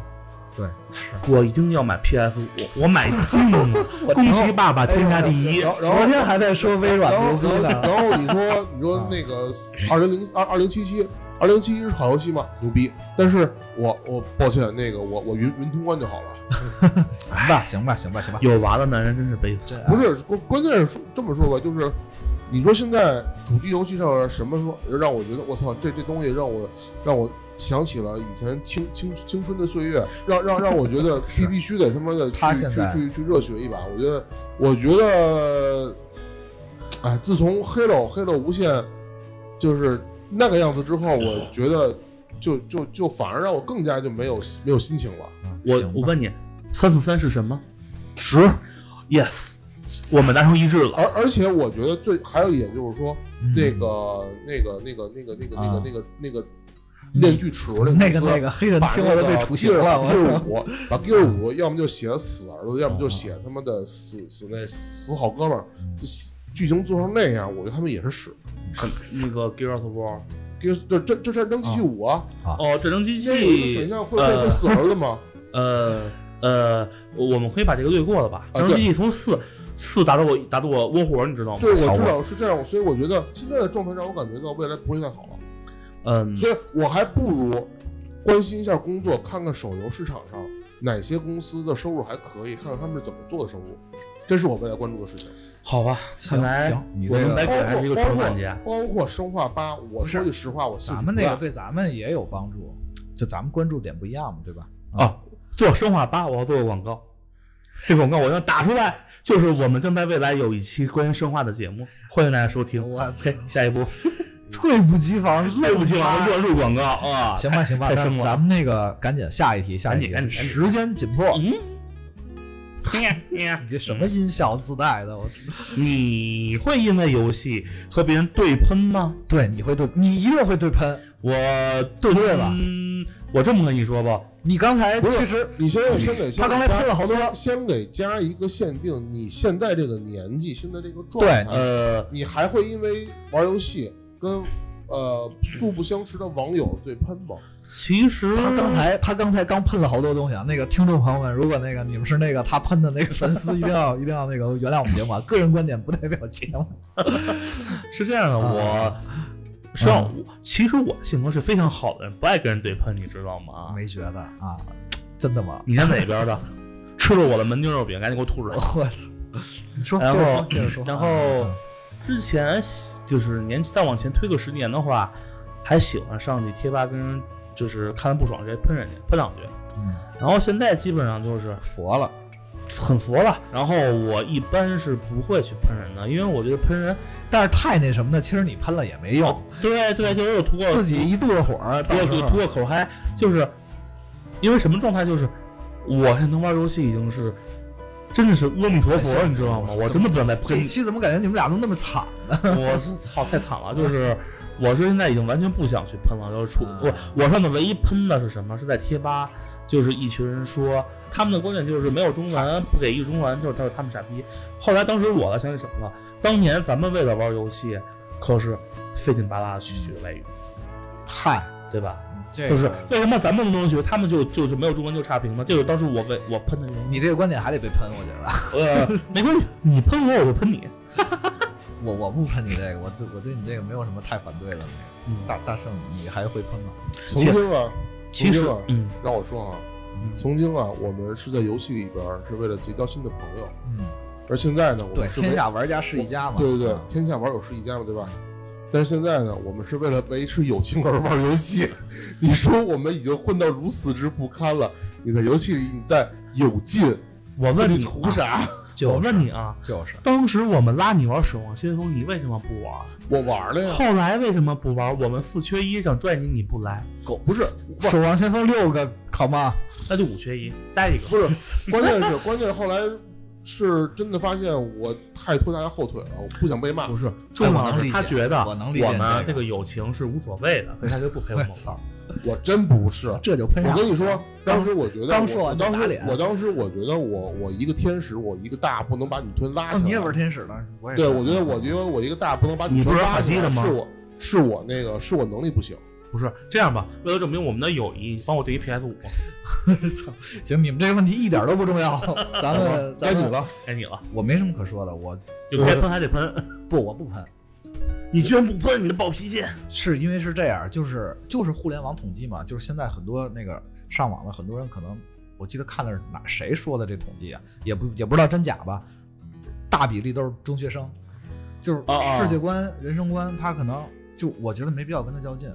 对，是我一定要买 PS 五，我 买定了。嗯恭喜爸爸天下第一哎然！后然后昨天还在说微软然牛后逼然呢后，然后你说你说那个二零零二二零七七二零七七是好游戏吗？牛逼！但是我我抱歉，那个我我云云通关就好了。行吧，行吧，行吧，行吧。有娃的男人真是悲这惨。不是关关键是说这么说吧，就是你说现在主机游戏上什么说让我觉得我操，这这东西让我让我想起了以前青青青春的岁月，让让让我觉 得必必须得他妈的去他现去在去去热血一把。我觉得我觉得，哎，自从黑 e 黑 o 无限就是那个样子之后，我觉得就就就反而让我更加就没有没有心情了。嗯我我问你，三四三是什么？十，yes，我们达成一致了。而而且我觉得最还有一点就是说，那个那个那个那个那个那嗯啊个那个那个链锯齿轮那个公司那个黑人把听了那都个被处刑了，我 Gear 操！嗯哦五，把 Gear 五要么就写死儿子，要么就写他妈的死死那死好哥们儿，嗯就死剧情做成那样，我觉得他们也是屎。那个 Gears of War， Gear 这这这战争机器五啊，哦，战争机这有的选器项会会会死儿子 吗？呃呃，我们可以把这个略过了吧？啊战争机器从四四打到我打到我窝火，你知道吗？对，我知操我道是这样，所以我觉得现在的状态让我感觉到未来不会再好了，嗯，所以我还不如关心一下工作，看看手游市场上哪些公司的收入还可以，看看他们是怎么做的收入，这是我未来关注的事情。好吧，看来行你这我个们白鬼还是一个纯玩家。包括生化八，我说句实话，我兴趣啊不咱们那大个对咱们也有帮助，就咱们关注点不一样嘛，对吧？啊，做生化八，我要做个广告。这广告我要打出来，就是我们将在未来有一期关于生化的节目，欢迎大家收听。我操 OK，下一步，猝不及防，对不起，我啊们乱入广告啊。行吧，行吧，太那生了咱们那个赶紧下一题，下一题，赶紧赶紧时赶紧间紧迫，嗯，你这什么音效自带的？我你会因为游戏和别人对喷吗？对，你会对，你一定会对喷。我对对了嗯，我这么跟你说吧，你刚才不是其实你先让先给他刚才喷了好多先先给加一个限定，你现在这个年纪，现在这个状对态，呃，你还会因为玩游戏跟呃素不相识的网友对喷吗？其实他刚才他刚才刚喷了好多东西啊。那个听众朋友们，如果那个你们是那个他喷的那个粉丝，一定要一 定要那个原谅我们节目啊，个人观点不代表节目。是这样的，啊我实际上我其实我的性格是非常好的人，不爱跟人对喷，你知道吗？没觉得啊，真的 吗？你在哪边的？吃了我的门钉肉饼，赶紧给我吐出来！我操！你说，然接着后说，接着说。然后之前就是年再往前推个十年的话，还喜欢上去贴吧跟人就是看不爽直接喷人家喷两句。嗯，然后现在基本上就是佛了，很佛了。然后我一般是不会去喷人的，因为我觉得喷人但是太那什么的，其实你喷了也没用，对对，就是有图过自己一肚子火儿，到对时对，候吐个口嗨，就是因为什么状态？就是我现在能玩游戏已经是真的是阿弥陀佛，你知道吗？我真的不想再这喷，期怎么感觉你们俩都那么惨呢？我是操，太惨了！就是嗯我是现在已经完全不想去喷了，就是出我我上的唯一喷的是什么？是在贴吧就是一群人说他们的观点就是没有中文，不给一个中文，就是他说他们傻逼。后来当时我在想起什么了？当年咱们为了玩游戏，可是费劲巴拉去学外语，嗨，对吧？这就是个为什么咱们都能学，他们就就是没有中文就差评呢？这就是当时我为我喷的原因。你这个观点还得被喷，我觉得。 呃，没关系，你喷我，我就喷你。我我不喷你这个，我对我对你这个没有什么太反对的。嗯，大大圣，你还会喷吗？曾经啊，其实曾经啊，嗯，让我说啊，嗯曾经啊，我们是在游戏里边儿是为了结交新的朋友，嗯，而现在呢，我对们，是为天下玩家是一家嘛。对对对嗯，天下玩友是一家嘛，对吧？但是现在呢，我们是为了维持友情而玩游戏。 你说我们已经混到如此之不堪了，你在游戏里你在有劲，我问你你啊图啥？就我问你啊，就是当时我们拉你玩《守望先锋》，你为什么不玩？我玩了呀，后来为什么不玩？我们四缺一想拽你，你不来，狗 不是， 《守望先锋》六个好吗？那就五缺一，带一个。不是，关键是关键是后来是真的发现我太拖大家后腿了，我不想被骂。不是，重要我的能理是解他觉得我能理解们这这个个友情是无所谓的，所以他就不陪我我们玩。操，我真不是，这就喷上我了。跟你说，当时我觉得刚我，说我完就当打时脸我当时我觉得我我一个天使，我一个大不能把女吞拉起哦，来。你也玩天使啊了，我也对，是我觉得 我觉得我一个大不能把你全不是拉反起击来的吗是我是我那个是我能力不行，不是这样吧？为了证明我们的友谊，你帮我对一 PS 五，操，行，你们这个问题一点都不 重要，咱们该呃咱你们，了。该哎你了，我没什么可说的，我就该喷还得喷。不我不喷， 你居然不喷，你这暴脾气！是因为是这样，就是就是互联网统计嘛，就是现在很多那个上网的很多人可能，我记得看的是哪谁说的这统计啊，也不也不知道真假吧，大比例都是中学生，就是啊啊世界观、人生观，他可能就我觉得没必要跟他较劲。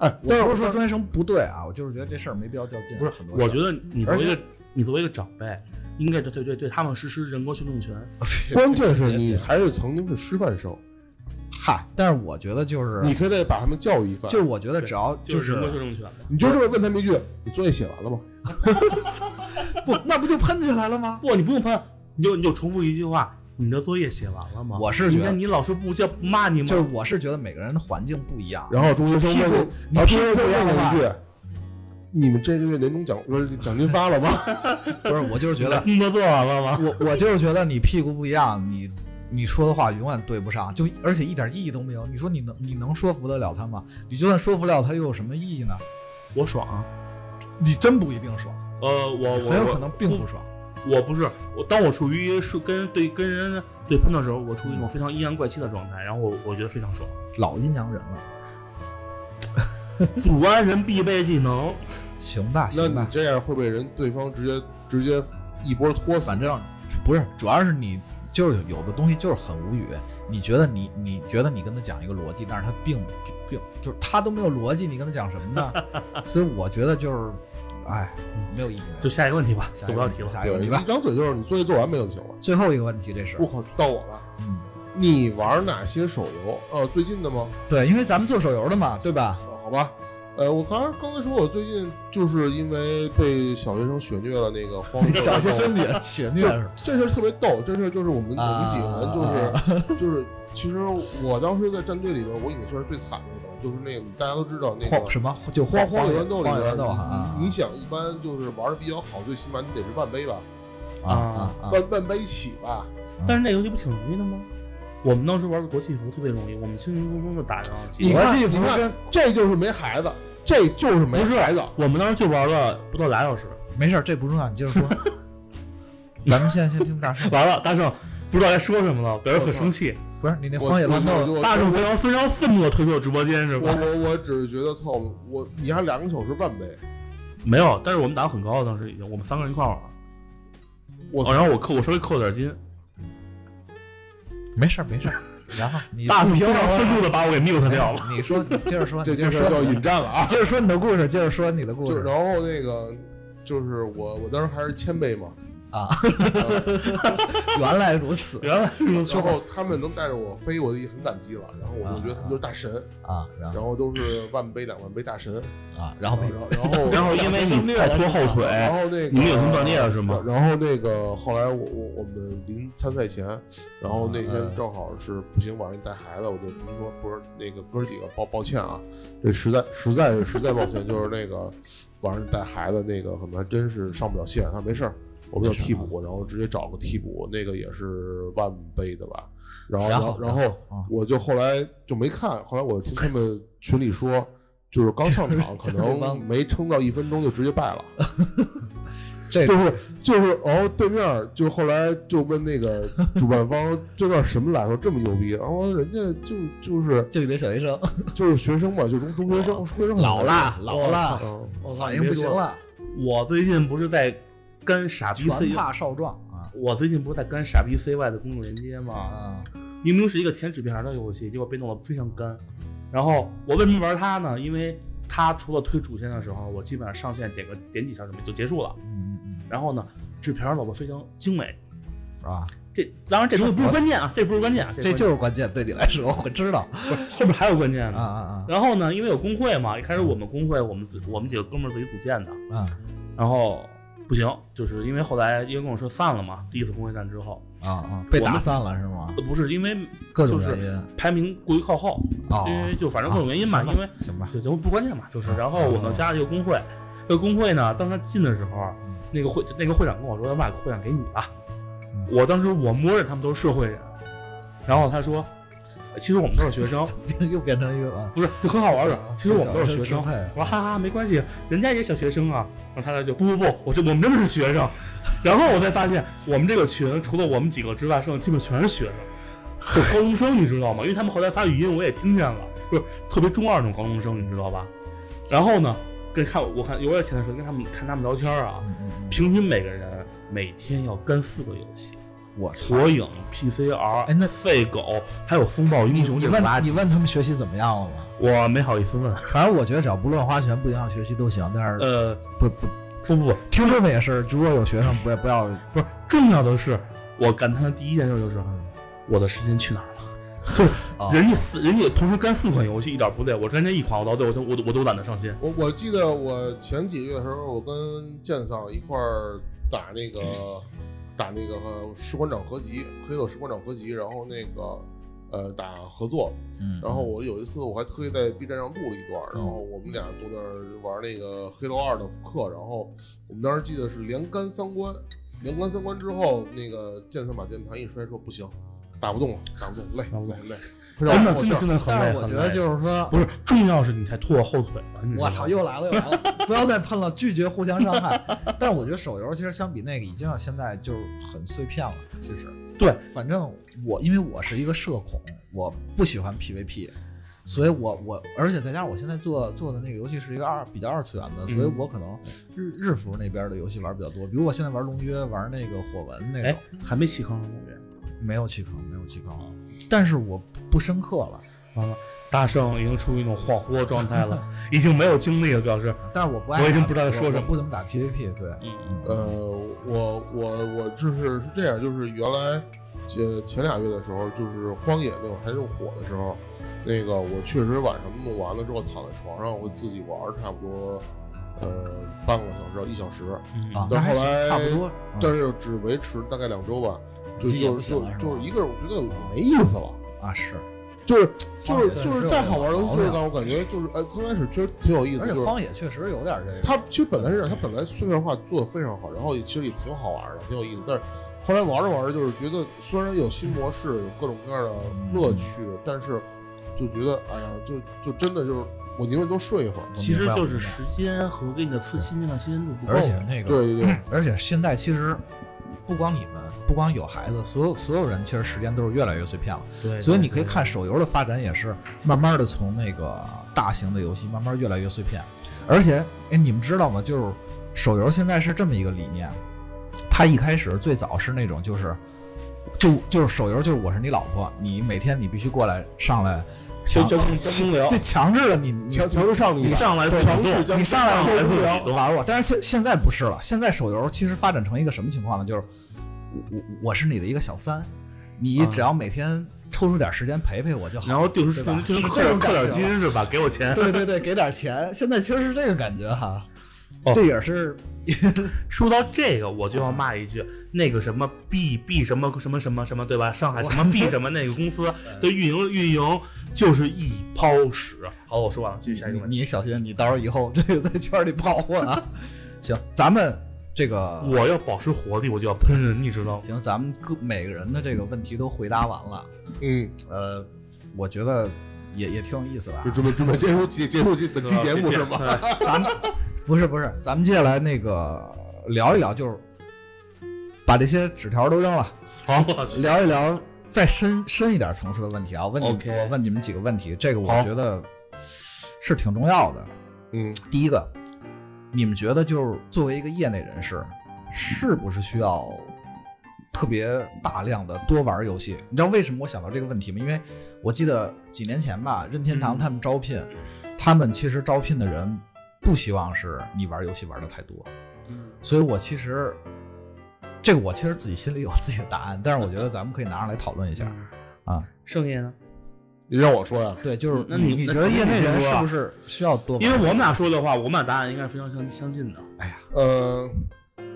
哎，我但不是是说中学生不对啊，我就是觉得这事儿没必要较劲。不是很，多事儿，我觉得你作为一而个你作为一个长辈，应该对对对对他们实施人格训练权。关键是你还是曾经是师范生，嗨，但是我觉得就是你可以再把他们教育一番。就是我觉得只要就是人格修正权嘛。你就这么问他们一句：“你作业写完了吗不那不就喷起来了吗？不，你不用喷，你就你就重复一句话：你的作业写完了吗？我是觉应得该你老师不叫不骂你吗？ 就是我是觉得每个人的环境不一样？”，然后中学生问你，你然后中屁学股生问不了要一句：“你们这个月年终奖不是奖金发了吗不是我就是觉得工作做完了吗？我我就是觉得你屁股不一样，你你说的话永远对不上，就而且一点意义都没有。你说你能你能说服得了他吗？你就算说服了他，又有什么意义呢？我爽啊。你真不一定爽，呃，我我很有我可能并不爽。我不是我，当我处于是跟对跟人对喷的时候，我处于一种非常阴阳怪气的状态，然后我我觉得非常爽。老阴阳人了，祖安人必备技能，行吧？”那行你吧，这样会被人对方直接直接一波拖死反。正不是，主要是你就是有的东西就是很无语。你觉得你你觉得你跟他讲一个逻辑，但是他并并就是他都没有逻辑，你跟他讲什么呢？ 所以我觉得就是，哎，没有意义。就下一个问题吧，下就一个不要提了。下一个对，你一吧。张嘴哎就是你作业做完没有就行了。最后一个问题，这是我靠，到我了。嗯。你玩哪些手游？呃，最近的吗？对，因为咱们做手游的嘛，对吧？呃好吧，呃，我刚才刚才说，我最近就是因为被小学生血虐了那个荒野，小学生也血虐是吧？这事儿特别逗，这事儿就是我们、我们几个人就是就是，其实我当时在战队里边，我已经算是最惨的那种，就是那个大家都知道那荒个。什么就荒荒荒野野乱斗里荒野边乱斗啊，你你你想一般就是玩的比较好，最起码你得是万杯吧，啊啊啊！万万杯起吧。但是那游戏不挺容易的吗？我们当时玩个国际服特别容易，我们轻轻松松就打上几你个。看，国你际服看跟，这就是没孩子，这就是没不是孩子。我们当时就玩了不到俩小时，没事儿，这不重要，你接着说。 咱们现在先听大圣，完了，大圣不知道该说什么了，表示很生气。不是你那我荒野乱我斗，我大圣非常非常愤怒的退出了直播间，是我吧？我我只是觉得操，我你还两个小时半杯，没有，但是我们打得很高了，当时已经，我们三个人一块玩。我哦，然后我扣，我稍微扣了点筋，没事儿没事儿。然后你大圣不非听常我愤怒的把我给 mute 掉了。你说你接着说，这你接这着事儿说叫你引的，战了啊！接着说你的故事，接着说你的故就事然后那个就是我我当时还是谦卑嘛，啊，原来如此原来如此然，后他们能带着我飞，我就已经很感激了。然后我就觉得他们就是大神，啊，然后然后都是万杯两万杯大神。啊，然后然后嗯被然后然后因为你太拖后腿，然后那个你们有什么断裂了是吗？然后那个后来我我我们临参赛前，然后那天正好是不行，晚上带孩子，我就跟说不是那个哥儿几个抱抱歉啊，这实在实在是实在抱歉，就是那个晚上带孩子那个可能还真是上不了线，他说没事儿。我们有替补，然后直接找个替补，那个也是万倍的吧。然后，然然后后，然然后后啊我就后来就没看，后来我听他们群里说，就是刚上场就是可这帮能没撑到一分钟就直接败了。这就是就是，然后对面儿就后来就问那个主办方对面什么来头这么牛逼，然后人家就就是就得小学生就是学生嘛，就中中学生，中学生哦老了很老难了，嗯，我操 反应不行。了，你别说我最近不是在跟傻逼 C，全怕少壮啊我最近不是在跟傻逼 CY 的公众连接吗？啊明明是一个填纸片的游戏，结果被弄得非常干。然后我为什么玩它呢？因为它除了推主线的时候，我基本上上线点个点几下什么就结束了。嗯嗯然后呢，纸片儿弄得非常精美。嗯啊，这当然这不是不是关键啊，这不是关嗯键啊，这不就是关键，对你来说我知道不是后面还有关键啊呢。啊然后呢，因为有工会嘛，一开始我们工会我们自我们几个哥们儿自己组建的，啊啊然后不行，就是因为后来因为跟我说散了嘛，第一次工会战之后，啊啊，被我打们散了是吗？呃不是因为各种就原是因排名过于靠后，哦因为就反正各种原因啊嘛，行吧嗯因为行吧，就就不关键嘛，就是然后我们加了一个工会，这个工会呢，当时进的时候，啊那个会那个会长跟我说，要不把会长给你吧嗯，我当时我默认他们都是社会人，然后他说，其实我们都是学 生，又变成一个啊不是就很好玩的，其实我们都是嗯小学生学生支啊配。我说哈哈，没关系，人家也是小学生啊。然后他就不不不，我就我们真的是学生。 然后我才发现，我们这个群除了我们几个之外，剩下基本全是学生，就高中生，你知道吗？因为他们后来发语音我也听见了，就是特别中二那种高中生，你知道吧？然后呢，跟看我看有点前的时候跟他们看他们聊天啊，嗯嗯嗯平均每个人每天要干四个游戏：我操！火影、PCR、哎那废狗，还有风暴你英雄你这种问垃你圾。问他们学习怎么样了吗？我没好意思问，反正我觉得只要不乱花钱，不影响学习都行。但是呃，不不，不不不，听众们也是，如果有学生不要不要不是重要的是，我感叹的第一件事就是，我的时间去哪儿了？ 啊人家四人家同时干四款游戏一点不累，我干这一款我到最后我都我都我都懒得上心。我我记得我前几个月的时候，我跟剑桑一块儿打那个、打那个士官长合集，黑色士官长合集，然后那个呃打合作，嗯然后我有一次我还特意在 B 站上录了一段儿，然后嗯我们俩坐那儿玩那个《黑楼二》的复刻，然后我们当时记得是连杆三关，连杆三关之后，那个剑三把键盘一摔，说不行，打不动了，打不动，累打不动累累，真让的我真气的儿真的很但累，是我很觉累得就是说不，是重要是你太拖我后腿了。你知道吗我操，又来了又来了，不要再喷了，拒绝互相伤害。 但是我觉得手游其实相比那个已经要现在就是很碎片了，其实。对，哎反正我因为我是一个社恐，我不喜欢 PVP，所以我我而且再加上我现在做做的那个游戏是一个二比较二次元的，所以嗯我可能日日服那边的游戏玩比较多，比如我现在玩龙约，玩那个火纹那哎种，还没起坑呢，我觉得没有弃坑，没有弃坑，但是我不深刻了。完了，大圣已经处于一种恍惚的状态了，已经没有精力了，表示但是我不爱打，我已经不知道在说我什么我不怎么打 PVP，对，嗯呃，我我我就是是这样，就是原来前前俩月的时候，就是荒野那会儿还正火的时候，那个我确实晚上弄完了之后躺在床上，我自己玩儿差不多呃半个小时到一小时，嗯啊，但那后还行来差不多。嗯但是只维持大概两周吧，就这也就不是行就了是吧就是一个人，我觉得没意思了。啊是，就是就荒是野对就是是有再点好玩的毛游戏，就是病让我感觉就是哎，刚开始确实挺有意思，而且就是荒野确实有点这个。它其实本来是它本来碎片化做的非常好，然后也其实也挺好玩的，挺有意思。但是后来玩着玩着，就是觉得虽然有新模式，有各种各样的嗯乐趣，但是就觉得哎呀，就就真的就是我宁愿多睡一会儿。我其实明白就是我明白时间和给你的刺新鲜感、新鲜度不够。而且那个，对对对，而且现在其实不光你们，不光有孩子，所有所有人其实时间都是越来越碎片了。对，所以对你可以看手游的发展也是慢慢的从那个大型的游戏慢慢越来越碎片，而且哎，你们知道吗？就是手游现在是这么一个理念，它一开始最早是那种就是就就是手游就是我是你老婆，你每天你必须过来上来全强全攻全攻聊啊这，强制了你你强强制上了一你把，上来对就强主制动，将你上来就会自无己聊动，玩我，但是现现在不是了，现在手游其实发展成一个什么情况呢？就是我我我是你的一个小三，你啊只要每天抽出点时间陪陪我就好。然后定时对吧定时是扣这点种扣点感觉金是吧？给我钱。对对对，给点钱，现在其实是这个感觉哈，哦这也是说到这个，我就要骂一句，那个什么 B B 什么什么什么什么，对吧？上海什么 B 什么那个 公司的运营运营就是一泡屎。好，我说完了，继续下一个问题。你你小心，你到时候以后这 个在圈里不好混啊。行，咱们这个我要保持活力，我就要喷人，你知道吗？行，咱们各每个人的这个问题都回答完了，嗯，呃，我觉得也也挺有意思啊吧就。准备准备结束结结束这本期节目是吗？ 吗？咱们不是不是，咱们接下来那个聊一聊，就是把这些纸条都扔了，好，我去聊一聊再深深一点层次的问题啊。问你 OK 我问你们几个问题，这个我好觉得是挺重要的。嗯，第一个，你们觉得就是作为一个业内人士，是不是需要特别大量的多玩游戏？你知道为什么我想到这个问题吗？因为我记得几年前吧，任天嗯堂他们招聘，他们其实招聘的人不希望是你玩游戏玩的太多，嗯所以我其实这个我其实自己心里有自己的答案，但是我觉得咱们可以拿上来讨论一下。啊，盛爷呢？你让我说呀，对，就是嗯那你你你那觉得你业内先人说是啊不是需要多玩？因为我们俩说的话，我们俩答案应该是非常相相近的。呃，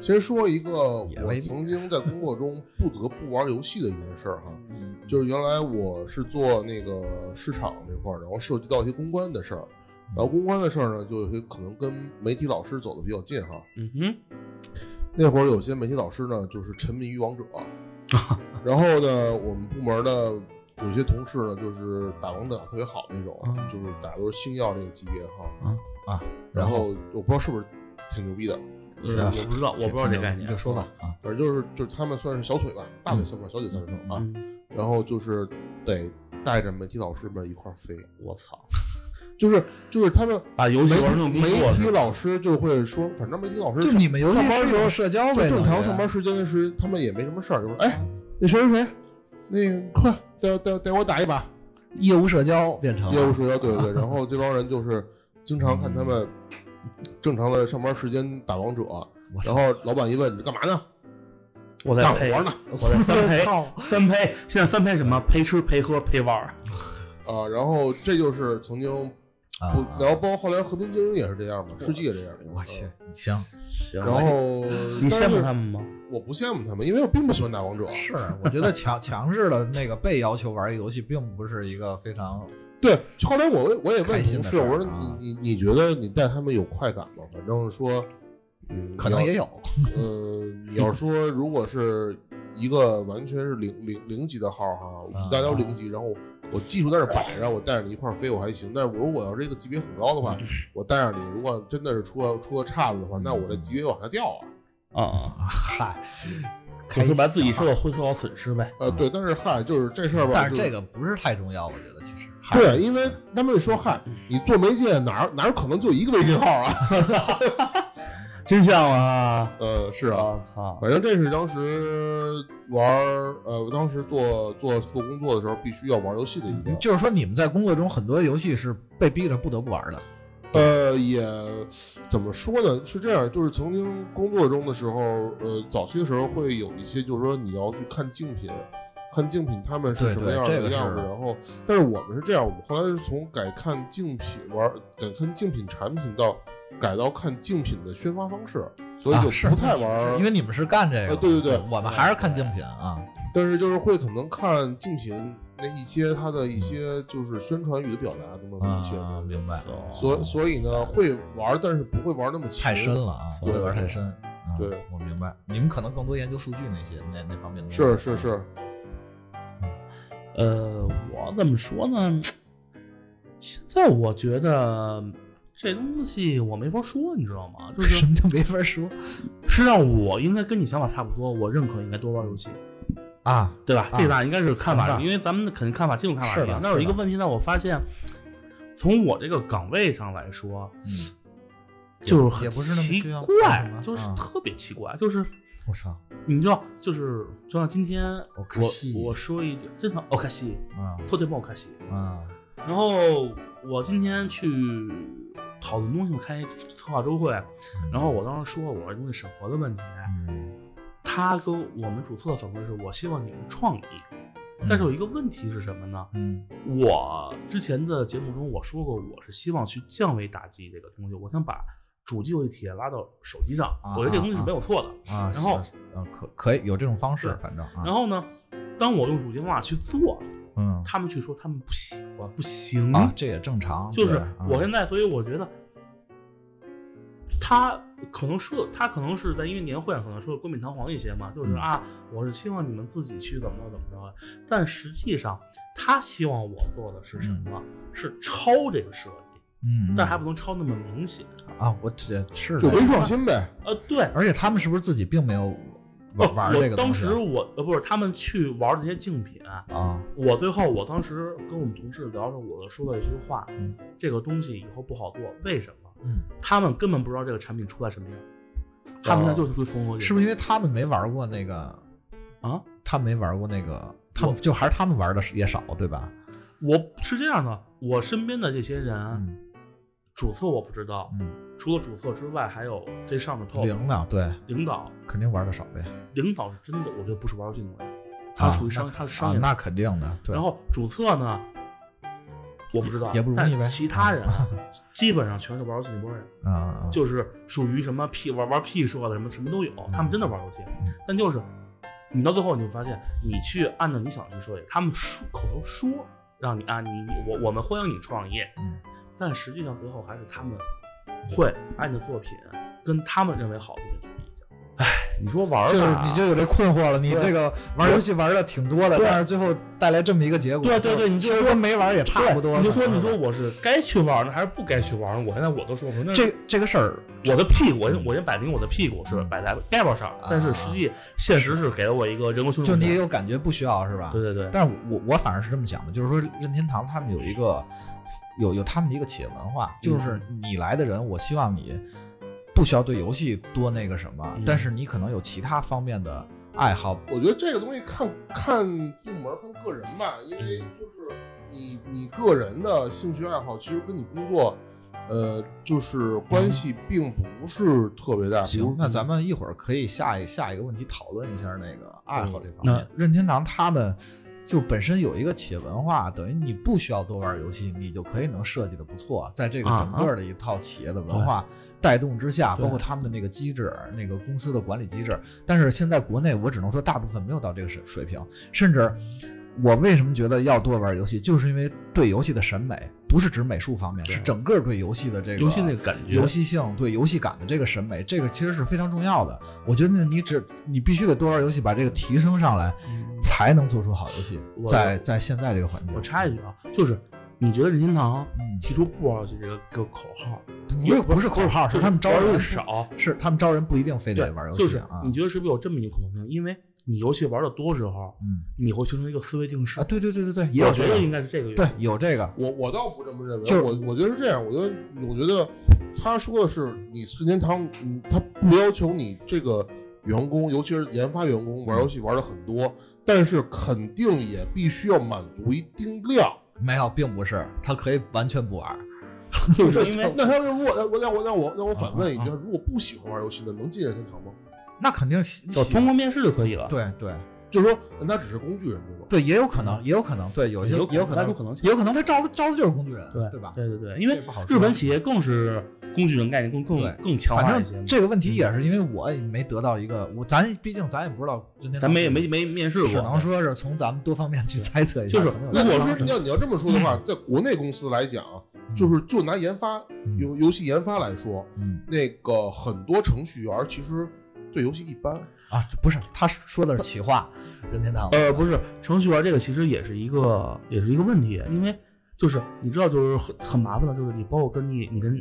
先说一个也我未必曾经在工作中不得不玩游戏的一件事儿哈，就是原来我是做那个市场这块儿，然后涉及到一些公关的事儿，然后公关的事儿呢，就有些可能跟媒体老师走的比较近哈。嗯哼，那会儿有些媒体老师呢，就是沉迷于王者，然后呢，我们部门的有些同事呢，就是打王者打得特别好那种，嗯就是打的都是星耀这个级别哈。然然后后我不知道是不是挺牛逼的，对啊呃我不知道，我不知道这概你念。就说吧啊。反正就是就是他们算是小腿吧，大腿算不上，小腿算是啊。嗯，然后就是得带着媒体老师们一块儿飞，我操， 就是就是他们把游戏玩成媒工媒作体是吧老师就会说，反正媒体老师就你们游戏上班是时候有社交就呗，正常等于上班时间的时，他们也没什么事儿，就说嗯哎，那谁谁谁，那个快带带带我打一把，业务社交变嗯成业务社交，对对对。然后这帮人就是经常看他们正常的上班时间打王者，我然操，后老板一问你干嘛呢？我干在陪，活呢我在三 陪，操三陪，现在三陪什么？陪吃、陪喝、陪玩儿。啊！然后这就是曾经啊不，然后包括后来和平精英也是这样嘛，吃鸡也这样。嗯我去，行行然后你但羡慕是他们吗？我不羡慕他们，因为我并不喜欢打王者。是，啊我觉得强 强制的那个被要求玩游戏，并不是一个非常对，后来我问我也开问心同的事，事儿我说啊你你你觉得你带他们有快感吗？反正说，嗯，可能你要也有，呃，你要说如果是一个完全是零零零级的号哈，啊大家都零级，然后我技术在这摆着，我带着你一块儿飞我还行。但是如果要是一个级别很高 的话，我带着你，如果真的是出了出了岔子的话，那我这级别往下掉啊。嗯啊 啊！嗨，就说白，自己说，受到会受到损失呗。呃，对，但是嗨，就是这事儿吧，但是就是这个不是太重要，我觉得其实还对，因为他们说嗨，嗯你做媒介哪儿哪儿可能就一个微信号啊？ 真相啊！呃，是啊，我操！反正这是当时玩儿呃，当时做做做工作的时候必须要玩游戏的一个就是说你们在工作中很多游戏是被逼着不得不玩的，呃，也怎么说呢？是这样，就是曾经工作中的时候，呃，早期的时候会有一些，就是说你要去看竞品，看竞品他们是对什么对样的这个样子。是然后，但是我们是这样，我们后来是从改看竞品玩，改看竞品产品到改到看竞品的宣发方式，所以啊是就不太玩。因为你们是干这个呃的，对对对我们还是看竞品啊，但是就是会可能看竞品那一些它的一些就是宣传语的表达等等一些。啊，明白，所所以呢，会玩，但是不会玩那么勤太深了啊，对有点太深。啊对，我明白。你们可能更多研究数据那些那那方面的。是是。是，呃，我怎么说呢？现在我觉得这东西我没法说，你知道吗？就什 是么叫没法说实际上我应该跟你想法差不多，我认可应该多玩游戏，啊？对吧？啊这俩应该是看法行吧上，因为咱们肯定看法、基本看法是一样的。那有是一个的问题呢，我发现从我这个岗位上来说，嗯，就是很也不是那么奇需要干什怪么，就是啊特别奇怪，就是我操你知道，就是就像今天おかしい我我说一句，真的，我卡西，啊特别不我卡西，啊！然后我今天去讨论东西，我开策划周会，然后我当时说我这东西审核的问题，嗯他跟我们主策的反馈是我希望你们创意，但是有一个问题是什么呢？嗯我之前的节目中我说过，我是希望去降维打击这个东西，我想把主机游戏体验拉到手机上，啊我觉得这个东西是没有错的。嗯啊，然后是呃可可以有这种方式对，反正啊，然后呢，当我用主机方法去做，嗯他们却说他们不喜欢，不行啊，这也正常，就是对啊我现在，所以我觉得他可能说他可能是在因为年会上可能说的冠冕堂皇一些嘛，就是嗯啊，我是希望你们自己去怎么着怎么着，但实际上他希望我做的是什么？是抄这个设计，嗯，但还不能抄那么明显。啊，我这是就的没创新呗。呃，对。而且他们是不是自己并没有哦玩玩这我个当东西时我呃不是他们去玩这些竞品，啊？我最后我当时跟我们同事聊着，我说了一句话嗯，这个东西以后不好做，为什么？嗯，他们根本不知道这个产品出来什么样，他们现在就是追风格，哦是不是因为他们没玩过那个，啊？他们没玩过那个，他们就还是他们玩的也少，对吧？我是这样的，我身边的这些人，嗯主策我不知道，嗯，除了主策之外，还有这上面头领导啊对，领导，肯定玩的少呗。领导是真的，我觉得不是玩游戏的人，他属于商，他是商啊，业。那肯定的。对然后主策呢，我不知道，也不容易呗但其 他人基本上全是玩游戏那波人。啊啊，啊就是属于什么 P 玩玩 P 社的什么什么都有，他们真的玩游戏嗯，但就是你到最后你会发现，你去按照你想的去说，他们说口头说让你啊你你我我们欢迎你创业，嗯但实际上最后还是他们会把你的作品跟他们认为好的东西去比较。唉，你说玩儿就是吧你就有这困惑了，你对这个玩游戏玩的挺多的，对但是最后带来这么一个结果，对对对你其就实跟没玩也差不多对了。你就说反正你说我是该去玩儿呢，还是不该去玩儿呢？我现在我都说不出那这这个事儿，我的屁股，我先我先摆明我的屁股是摆在 g a b 上，但是实际现实是给了我一个人工胸就的你也有感觉不需要是吧？对对对，但是我我反而是这么想的，就是说任天堂他们有一个有有他们的一个企业文化，就是嗯你来的人，我希望你不需要对游戏多那个什么，嗯但是你可能有其他方面的爱好。我觉得这个东西看看部门儿、看个人吧，因为就是你你个人的兴趣爱好，其实跟你工作，呃，就是关系并不是特别大。比如行，那咱们一会儿可以下一下一个问题讨论一下那个爱好这方面。嗯任天堂他们就本身有一个企业文化，等于你不需要多玩游戏，你就可以能设计的不错。在这个整个的一套企业的文化带动之下，啊对包括他们的那个机制、那个公司的管理机制，但是现在国内我只能说大部分没有到这个水水平，甚至。我为什么觉得要多玩游戏，就是因为对游戏的审美，不是指美术方面，对是整个对游戏的这个游戏那个感觉，游戏性对游戏感的这个审美，这个其实是非常重要的。我觉得你只你必须得多玩游戏，把这个提升上来，才能做出好游戏。我在在现在这个环境我，插一句啊，就是你觉得任天堂嗯提出不玩游戏这个这个口号，不是不是口号，就是他们招玩游人戏，少，是他们招人不一定非对得玩，游戏就是啊。你觉得是不是有这么一个可能性？因为你游戏玩的多时候，嗯你会形成一个思维定式啊，。对对对对对，也有我这觉得应个，该是这个原因。对有这个，我我倒不这么认为，就是我我觉得是这样，我觉得我觉得他说的是你任天堂，你他不要求你这个员工，尤其是研发员工玩游戏玩的很多，但是肯定也必须要满足一定量。没有，并不是，他可以完全不玩。就是因为那他如果我让我让我让我反问一啊句，如果不喜欢玩游戏的，能进任天堂吗？那肯定就通过面试就可以了。，对对就是说，那他只是工具人这种。对，也有可能，也有可能，对，有些有也有可可能能有可能性也有可能他招的招的就是工具人，对对吧？对对对，因为这不好说日本企业更是工具人概念更对更更强化反一些嘛正。嗯这个问题也是因为我也没得到一个，我咱毕竟咱也不知道任天堂，咱们也没没面试过，只能说是从咱们多方面去猜测一下。就是可能有那你这要说个方你式要你要这么说的话，在国内公司来讲，嗯就是就拿研发游游戏研发来说，嗯那个很多程序员其实对游戏一般，啊，不是他说的是企划，任天堂呃，不是程序员这个其实也是一个也是一个问题，因为就是你知道就是很很麻烦的，就是你包括跟你你跟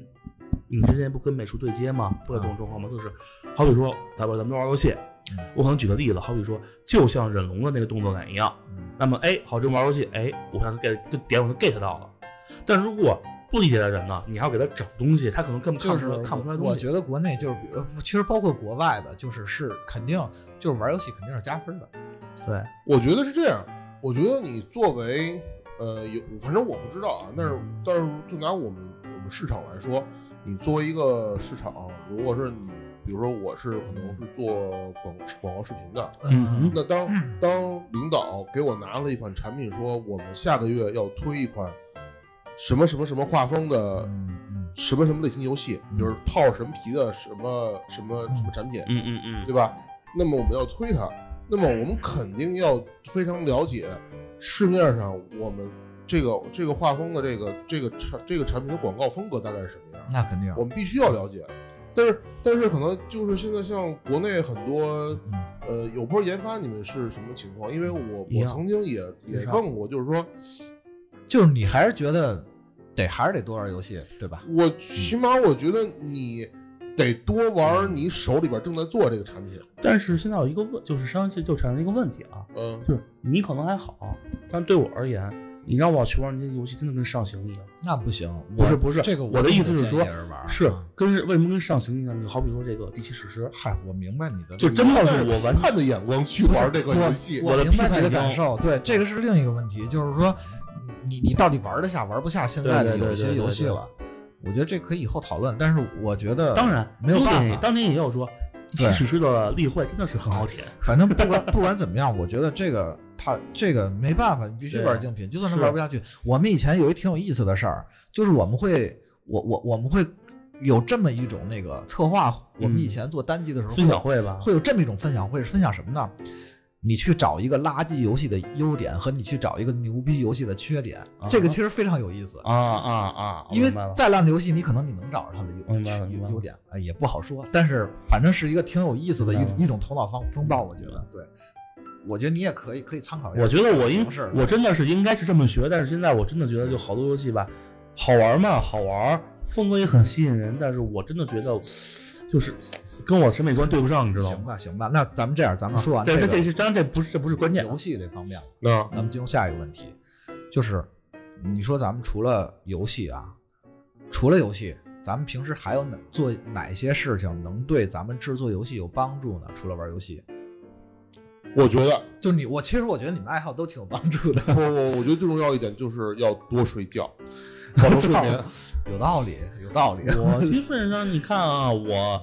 你之间不跟美术对接吗？不有这种状况吗？就是好比说咱们咱们都玩游戏嗯，我可能举个例子，好比说就像忍龙的那个动作感一样，嗯那么哎，好这玩游戏，哎，我想 get 这点我能 get 到了，但如果不理解的人呢，你还要给他找东西，他可能根本看就不是出来，看不出来我东西。觉得国内就是，比如其实包括国外的，就是是肯定就是玩游戏肯定是加分的，对，我觉得是这样。我觉得你作为呃，有反正我不知道啊，但是嗯但是就拿我们我们市场来说，你作为一个市场，如果是你，比如说我是可能是做广广告视频的，嗯那当当领导给我拿了一款产品，说我们下个月要推一款什么什么什么画风呃的嗯嗯什么什么类型游戏，比如套什么皮的什么什么什么产品，嗯嗯嗯对吧？那么我们要推它，那么我们肯定要非常了解市面上我们这个这个画风的这个这个产这个产品的广告风格大概是什么样。那肯啊定，我们必须要了解。但是但是可能就是现在像国内很多嗯呃有波研发，你们是什么情况？因为我一我样曾经也也是吧问过，就是说就是你还是觉得得还是得多玩游戏，对吧？我起码我觉得你得多玩你手里边正在做这个产品，但是现在有一个问，就是实际上就产生一个问题啊，嗯，就是你可能还好，但对我而言，你让我去玩那些游戏，真的跟上刑一样。那不行，不是我不是这个我的意思是说也是玩儿是啊跟为什么跟上刑一样？你好比说这个第七史诗，嗨，我明白你的，就真的是我完看着眼光去玩这个游戏，我我的明白批判你的已经感受。对，这个是另一个问题，就是说你你到底玩得下玩不下现在的对对有对一对些对游戏对了。我觉得这可以以后讨论，但是我觉得当然没有优办点法也，当年也有说第七对史诗的例会真的是很好舔，反正不管不管怎么样，我觉得这个他这个没办法，你必须对玩竞品，就算他是玩不下去。我们以前有一挺有意思的事儿，就是我们会，我我我们会有这么一种那个策划，我嗯们以前做单机的时候分享会吧？会有这么一种分享会，是分享什么呢？你去找一个垃圾游戏的优点和你去找一个牛逼游戏的缺点，啊这个其实非常有意思。啊啊啊！我因为明白了再烂的游戏，你可能你能找着它的明白优了明白了优优点，哎，也不好说。但是反正是一个挺有意思的明白了一一种头脑风风暴，我觉得。对，我觉得你也可以可以参考一下。嗯我觉得我应是，我真的是应该是这么学，但是现在我真的觉得就好多游戏吧，好玩嘛，好玩，风格也很吸引人，但是我真的觉得就是跟我审美观对不上，你知道行吗？吧行吧，那咱们这样，咱们说完这个这是当然这不是这不是关键啊游，戏这方面，那咱们进入下一个问题，就是你说咱们除了游戏啊，除了游戏，咱们平时还有哪做哪些事情能对咱们制作游戏有帮助呢？除了玩游戏，我觉得就你我其实我觉得你们爱好都挺有帮助的，我我我觉得最重要一点就是要多睡觉，保证睡 眠。有道理，有道理。我基本上你看啊， 我，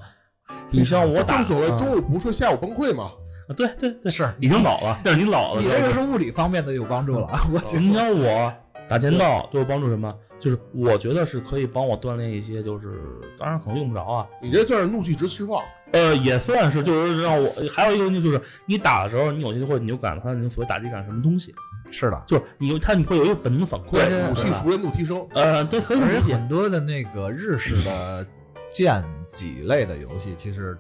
你像我打正所谓嗯啊中午不睡，下午崩溃嘛。对对对，是已经老了，但是你老了，你这个是物理方面的有帮助了，我觉你像我打剑道对我帮助什么？就是我觉得是可以帮我锻炼一些，就是当然可能用不着啊，你这算是怒气值释放，呃，也算是就是让我还有一个问题就是你打的时候，你有些会你就感到它那种所谓打击感什么东西，得是 的。就是你有它你会有一个本能反而馈，且武器熟人怒提升。呃，对，可以而且理解，很多的那个日式的剑戟类的游戏，其实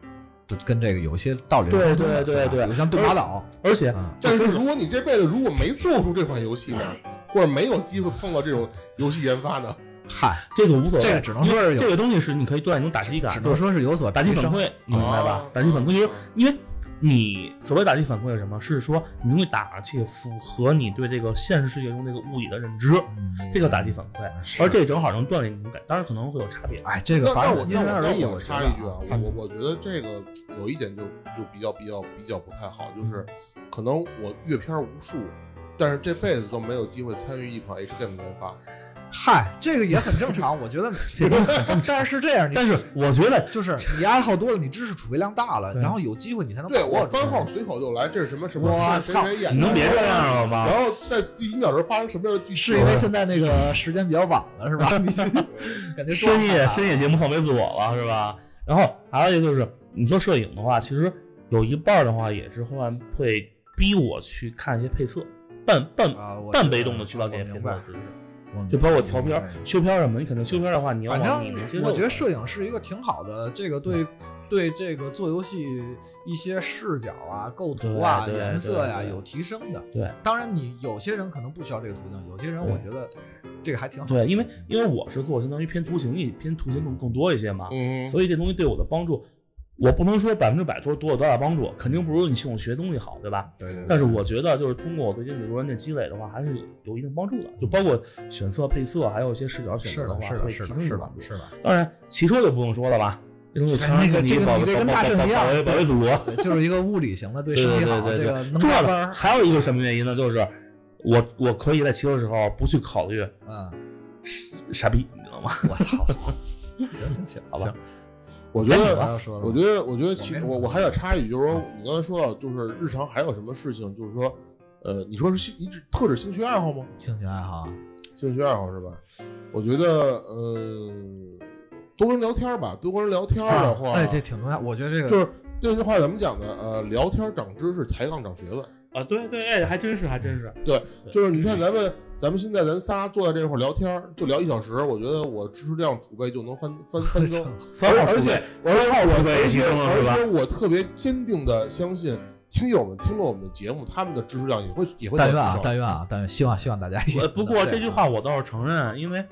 都跟这个有些道理是对相通的对对吧对对比如像对马岛，而且嗯但 是如果你这辈子如果没做出这款游戏呢，或者没有机会碰到这种游戏研发呢，嗨，这个无所谓，这个只能说是有这个东西是你可以锻炼一种打击感，只就能是说是有所打击提反升馈，你明白吧哦？打击反馈就是因为你所谓打击反馈是什么？是说你用打去符合你对这个现实世界中这个物理的认知，嗯这叫打击反馈。是而这正好能锻炼你的感，当然可能会有差别。哎，这那个那反我正因那人我而异，那我觉插得一句啊，嗯我我觉得这个有一点就就比较比较比较不太好，就是可能我阅片无数，但是这辈子都没有机会参与一款 H game 的研发。嗨，这个也很正常，我觉 得这个很但是是这样，你但是我觉得就是你爱好多了，你知识储备量大了，对然后有机会你才能对把我握翻住号随口就来，这是什么什么我谁操谁谁演的？你能别这样了吗？然后在第一秒钟发生什么样的剧情？是因为现在那个时间比较晚了，是吧？你就 感觉说嗯深夜啊深夜节目放飞自我了是吧？然后还有一个就是，你做摄影的话，其实有一半儿的话也是后来会逼我去看一些配色，半半啊，我半被动的去了解我配明色白的知识。我明白就包括调片我儿明、白修片儿什么，你肯定修片儿的话，你要反往你那些正我觉得摄影是一个挺好的，这个对对这个做游戏一些视角啊、构图啊、对对颜色呀、对对有提升的。对当然，你有些人可能不需要这个途径，有些人对我觉得这个还挺好。对，因为因为我是做相当于偏图形一偏图形更更多一些嘛，嗯，所以这东西对我的帮助，我不能说百分之百说多有多大帮助，肯定不如你系统学东西好，对吧？对对但是我觉得就是通过我最近的多年的积累的话，还是有有一定帮助的，就包括选色、配色，还有一些视角选是择的，话，是会的，提是升的，你是的的帮，助是的。当然，骑车就不用说了吧，这东西强那行个你这个保你这跟保大保圣一保样卫保卫祖国，啊对，就是一个物理型的，对身体好，这个能重加要分的儿。还有一个什么原因呢？就是我我可以在骑的时候不去考虑嗯，傻逼，你 知道吗？我操，行行行，好吧行，我我觉得我要说了，我觉得，我觉得其我没什么我我还想插一句，就是说你刚才说到，就是日常还有什么事情，就是说，呃，你说是兴一直特指兴趣爱好吗？兴趣爱好啊，兴趣爱好是吧？我觉得，呃，多跟人聊天儿吧，多跟人聊天儿的话，哎，这挺重要。我觉得这就个是那句话怎么讲的？呃，聊天儿长知识，抬杠长学问。啊，对对，哎，还真是，还真是，就是你看咱们，咱们现在咱仨坐在这块儿聊天儿，就聊一小时，我觉得我知识量储备就能翻翻 翻增。三号而储且备，三号储备而已且经了是吧而？且我特别坚定的相信，听友们听了我们的节目，他们的知识量也会也会但在愿啊提，但愿啊，但愿希望希望大家也呃，不过能这这句样啊话我倒是承认，因为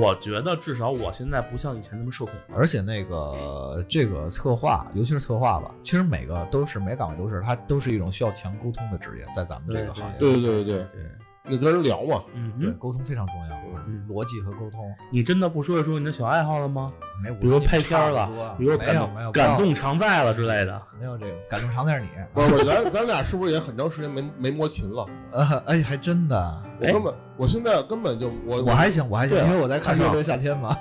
我觉得至少我现在不像以前那么社恐了。而且那个这个策划，尤其是策划吧，其实每个都是每岗位都是，它都是一种需要强沟通的职业，在咱们这个行业，对对对对，对，你跟人聊嘛，嗯对哼，沟通非常重要，嗯逻辑和沟通。你真的不说一说你的小爱好了吗？没，比如拍片儿了了比没如有感没有感，动常在了之类的。没有这个感动常在是你，不是不是，咱咱俩是不是也很长时间没没摸琴了？呃，哎，还真的，我哎根本，我现在根本就我我还行我还行，对啊因为我在看《乐队夏天》 嘛，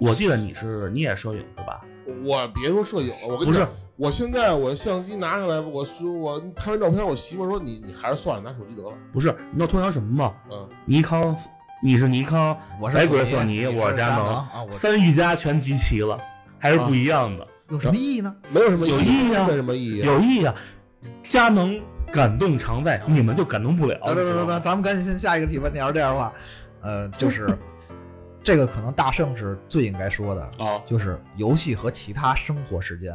我记得你是你也摄影是吧？我别说摄影了，我跟不你是讲，，我现在我相机拿下来，我说我拍完照片，我媳妇说你你还是算了，拿手机得了，不是，你知道通常什么吗？嗯，尼康，你是尼康，我是白鬼索索尼我我是佳佳能啊，我三瑜伽全集齐了，还是不一样的，有什么意义哦呢？没有什么有意义啊没什么意义啊。有意义啊！佳能感动常在，你们就感动不了。等等等等等，咱们赶紧先下一个题吧。你要是这样的话，呃，就是 这个可能大圣是最应该说的，啊，就是游戏和其他生活时间，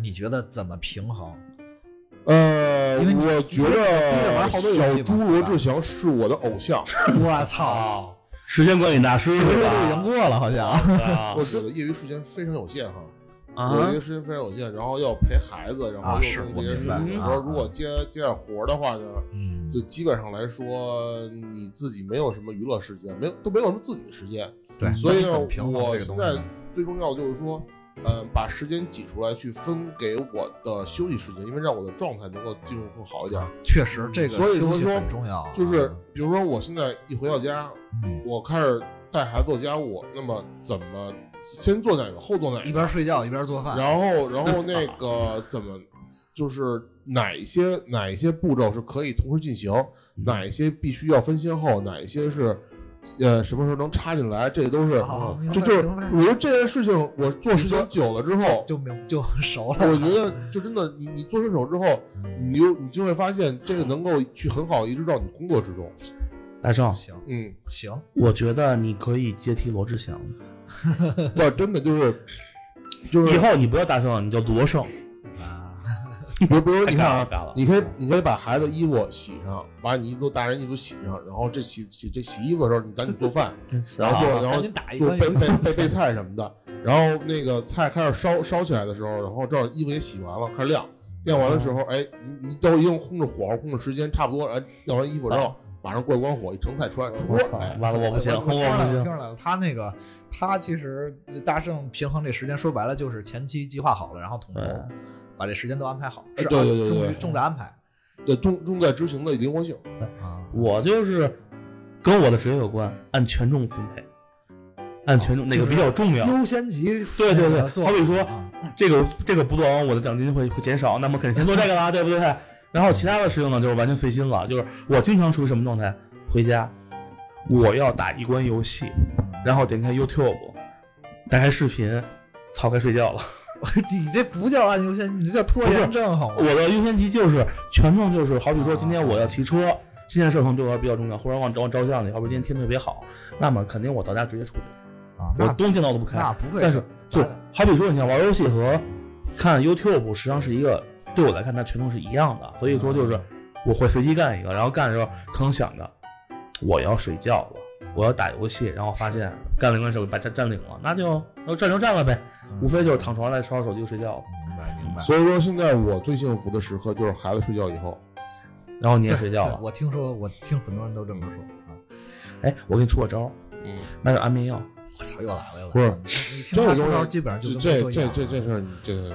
你觉得怎么平衡？呃，因为你我觉得你也玩好多游小戏嘛猪罗是吧志祥是我的偶像， 我操，啊，时间管理大师这是个赢吧？过了好像。啊 我我的业余时间非常有限哈，啊我的业余时间非常有限，然后要陪孩子，然后啊是又弄这些事我情，明有白时候嗯如果接接点活儿的话呢，嗯就基本上来说你自己没有什么娱乐时间，没有都没有什么自己的时间，对，所以那你怎么平衡我这个现东在西呢？最重要的就是说，嗯，把时间挤出来去分给我的休息时间，因为让我的状态能够进入更好一点。确实这个所以休说息说很重要啊，就是比如说我现在一回到家，嗯我开始带孩子做家务，那么怎么先做哪个后做哪一个，边睡觉一边做饭，然后然后那个怎么就是哪一些哪一些步骤是可以同时进行，嗯哪一些必须要分先后，哪一些是。呃，什么时候能插进来？这都是好明白，这就是明白我觉得这件事情，我做时间久了之后，就明就 熟 了。嗯我觉得就真的，你你做顺手之后，你就你就会发现这个能够去很好地移植到你工作之中。大圣，行嗯，行，我觉得你可以接替罗志祥，不，真的就是就是以后你不要大圣，你叫罗胜。啊，比如比如太你尬看了尬啊了，你可以你可以把孩子衣服洗上，把你衣服大人衣服洗上，然后这洗洗这洗衣服的时候，你赶紧做 饭，嗯然后做然啊赶后紧打一做关备备备备菜什么的，然后那个菜开始烧烧起来的时候，然后这儿衣服也洗完了，开始晾，晾完的时候，哎，你你都已经控制火候，控制时间差不多，哎，晾完衣服之啊后，马上过关火，一盛菜出来出我锅，操，哎，完了我不行，我我听出来了，不听行。出来了。他那个，他其实大圣平衡这时间，说白了就是前期计划好了，然后统筹对呃把这时间都安排好，是对对对对重于对重在安排对，重重在执行的灵活性。啊。我就是跟我的职业有关，按权重分配，按权哦重哪个比较重要。优先级，啊对对对那个做好比说啊这个这个不做完，我的奖金会会减少，那么肯定先做这个啦，对不对？然后其他的事情呢，就是完全随心了。就是我经常处于什么状态？回家，我要打一关游戏，然后点开 YouTube，打开视频，操，该睡觉了。你这不叫按优先，你这叫拖延症好我吗？的优先级就是权重，就是好比说今天我要骑车，啊这件事儿可能对我比较重要，或者往往照相去，要不然今天天特别好，那么肯定我到家直接出去，啊，我那东西闹都不开。那不会，但是就咱好比说，你像玩游戏和看 YouTube，实际上是一个对我来看，它权重是一样的。所以说，嗯就是我会随机干一个，然后干的时候可能想着我要睡觉了，我要打游戏，然后发现干了一个事儿把占占领了，那就那就占就占了呗，嗯无非就是躺床上再刷刷手机就睡觉了。明白明白。所以说，现在我最幸福的时刻就是孩子睡觉以后。然后你也睡觉了对。我听说，我听很多人都这么说啊。哎，我给你出个招儿，嗯，买点安眠药，我操，又来了又来了。不是你，你这个听他出东招西基本上就这这跟没说一样这这这事儿，你这个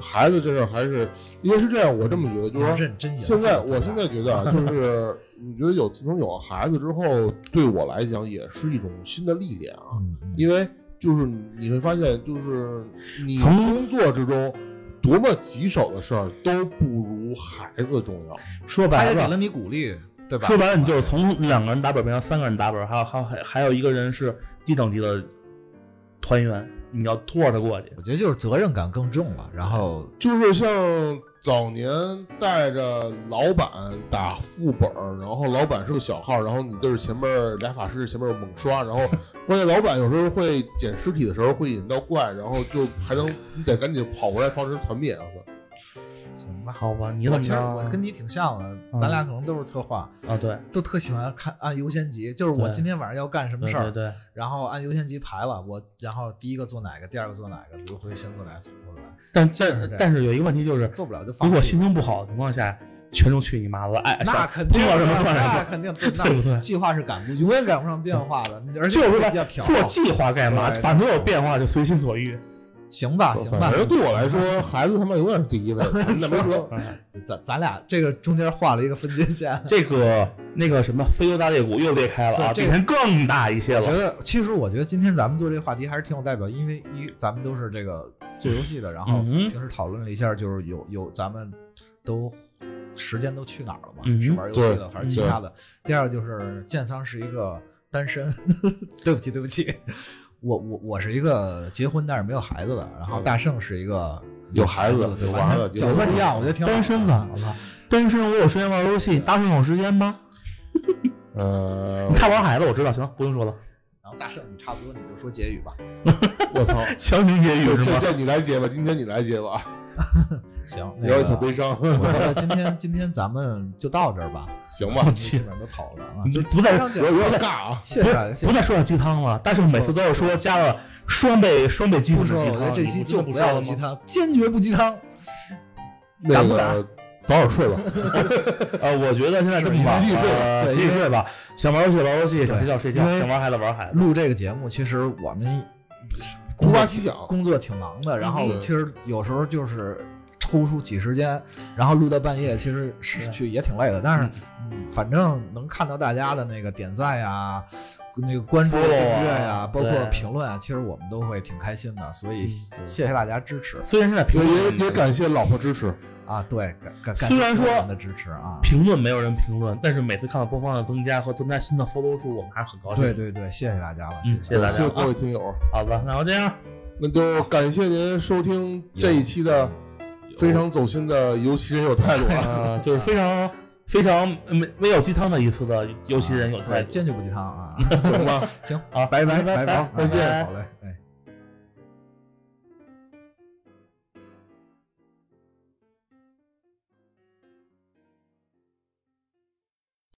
孩子这事儿还是因为是这样，我这么觉得，就是说你认真严现肃在对我待现在 觉得啊，就是你觉得有自从有了孩子之后，对我来讲也是一种新的历练啊，嗯嗯因为就是你会发现，就是你从工作之中多么棘手的事儿都不如孩子重要。说他白也给了了，你鼓励，对吧？说白了，你就是从两个人打本变成三个人打本，还有还有还还有一个人是低等级的团员，你要拖着他过去。我觉得就是责任感更重了，然后就是像早年带着老板打副本儿，然后老板是个小号，然后你对着前面俩法师前面猛刷，然后关键老板有时候会捡尸体的时候会引到怪，然后就还能你得赶紧跑回来防止团灭啊！行吧，好吧，你怎我么其实着我啊？跟你挺像嗯的，咱俩可能都是策划，啊，对，都特喜欢看按优先级，就是我对今天晚上要干什么对事儿对，对，然后按优先级排了，我然后第一个做哪个，第二个做哪个，轮回先做哪个，怎么做哪个，但是这但样但是有一个问题就是，做不了就如放果弃心。情不好的情况下，全都去你妈了，哎，那想肯定，碰到什么算那什么。肯定，对 对不对嗯那计划是赶不永远赶不上变化的，而且就是要吧，调做计划干嘛？对反正有变化就随心所欲。行吧，行吧反，正对我来说，孩子他妈永远是第一位， 那没辙。咱咱俩这个中间画了一个分界线，这个那个什么，非洲大裂谷又裂开了啊，对这比以个前更大一些我觉了。得，其实我觉得今天咱们做这个话题还是挺有代表，因为一咱们都是这个做游戏的，然后嗯平时讨论了一下，就是有有咱们都时间都去哪儿了嘛？嗯是玩游戏对的还是其他的？第二个就是建仓是一个单身， 对不起对不起，我我我是一个结婚但是没有孩子的，然后大圣是一个嗯有孩子的对有吧娃的角色一样，我觉得挺好啊单身怎么了？单身我有时间玩游戏，大圣有时间吗？呃，他玩孩子我知道，行，不用说了，然后大圣，你差不多你就说结语吧。我操！强行结这语是这吗？这你来接吧，今天你来接吧，行，有那点小个。悲伤， 我觉得今天今天咱们就到这儿吧，行我吧？基本上都讨论了啊你。就不再张姐我有我点尬 啊，确实啊不不再说点鸡汤了。大圣每次都是说加了双倍双倍鸡不粉的说了，我觉得鸡这汤，你期不就不不说要了鸡吗？汤，坚决不鸡汤。那敢不个早点睡吧。呃，我觉得现在这么晚是继续睡了，对继续因为睡吧。想玩游戏玩游戏，对想睡觉睡觉因，为想玩孩子玩孩子。录这个节目，其实我们突发 奇想，工作挺忙的，然后嗯其实有时候就是抽出几时间，然后录到半夜，其实是对去也挺累的。但是，嗯反正能看到大家的那个点赞呀、那个关注、订 Follow 啊阅呀，包括对评论啊，其实我们都会挺开心的。所以，嗯谢谢大家支持虽然现在评也也论也感谢老婆支持。啊！对，感感感虽谢然所有说人的支持啊！评论没有人评论，但是每次看到播放量增加和增加新的 follow 数，我们还是很高兴。对，对对，谢谢大家了，啊嗯谢谢 谢大感家谢各位听友，好吧，那就这样，那就感谢您收听这一期的非常走心的尤其人有态度啊。呃，就是非常非常没没有鸡汤的一次的游戏人有啊态对，度。 坚决不鸡汤啊！行吧，行好拜拜拜拜拜拜，再见好嘞，哎。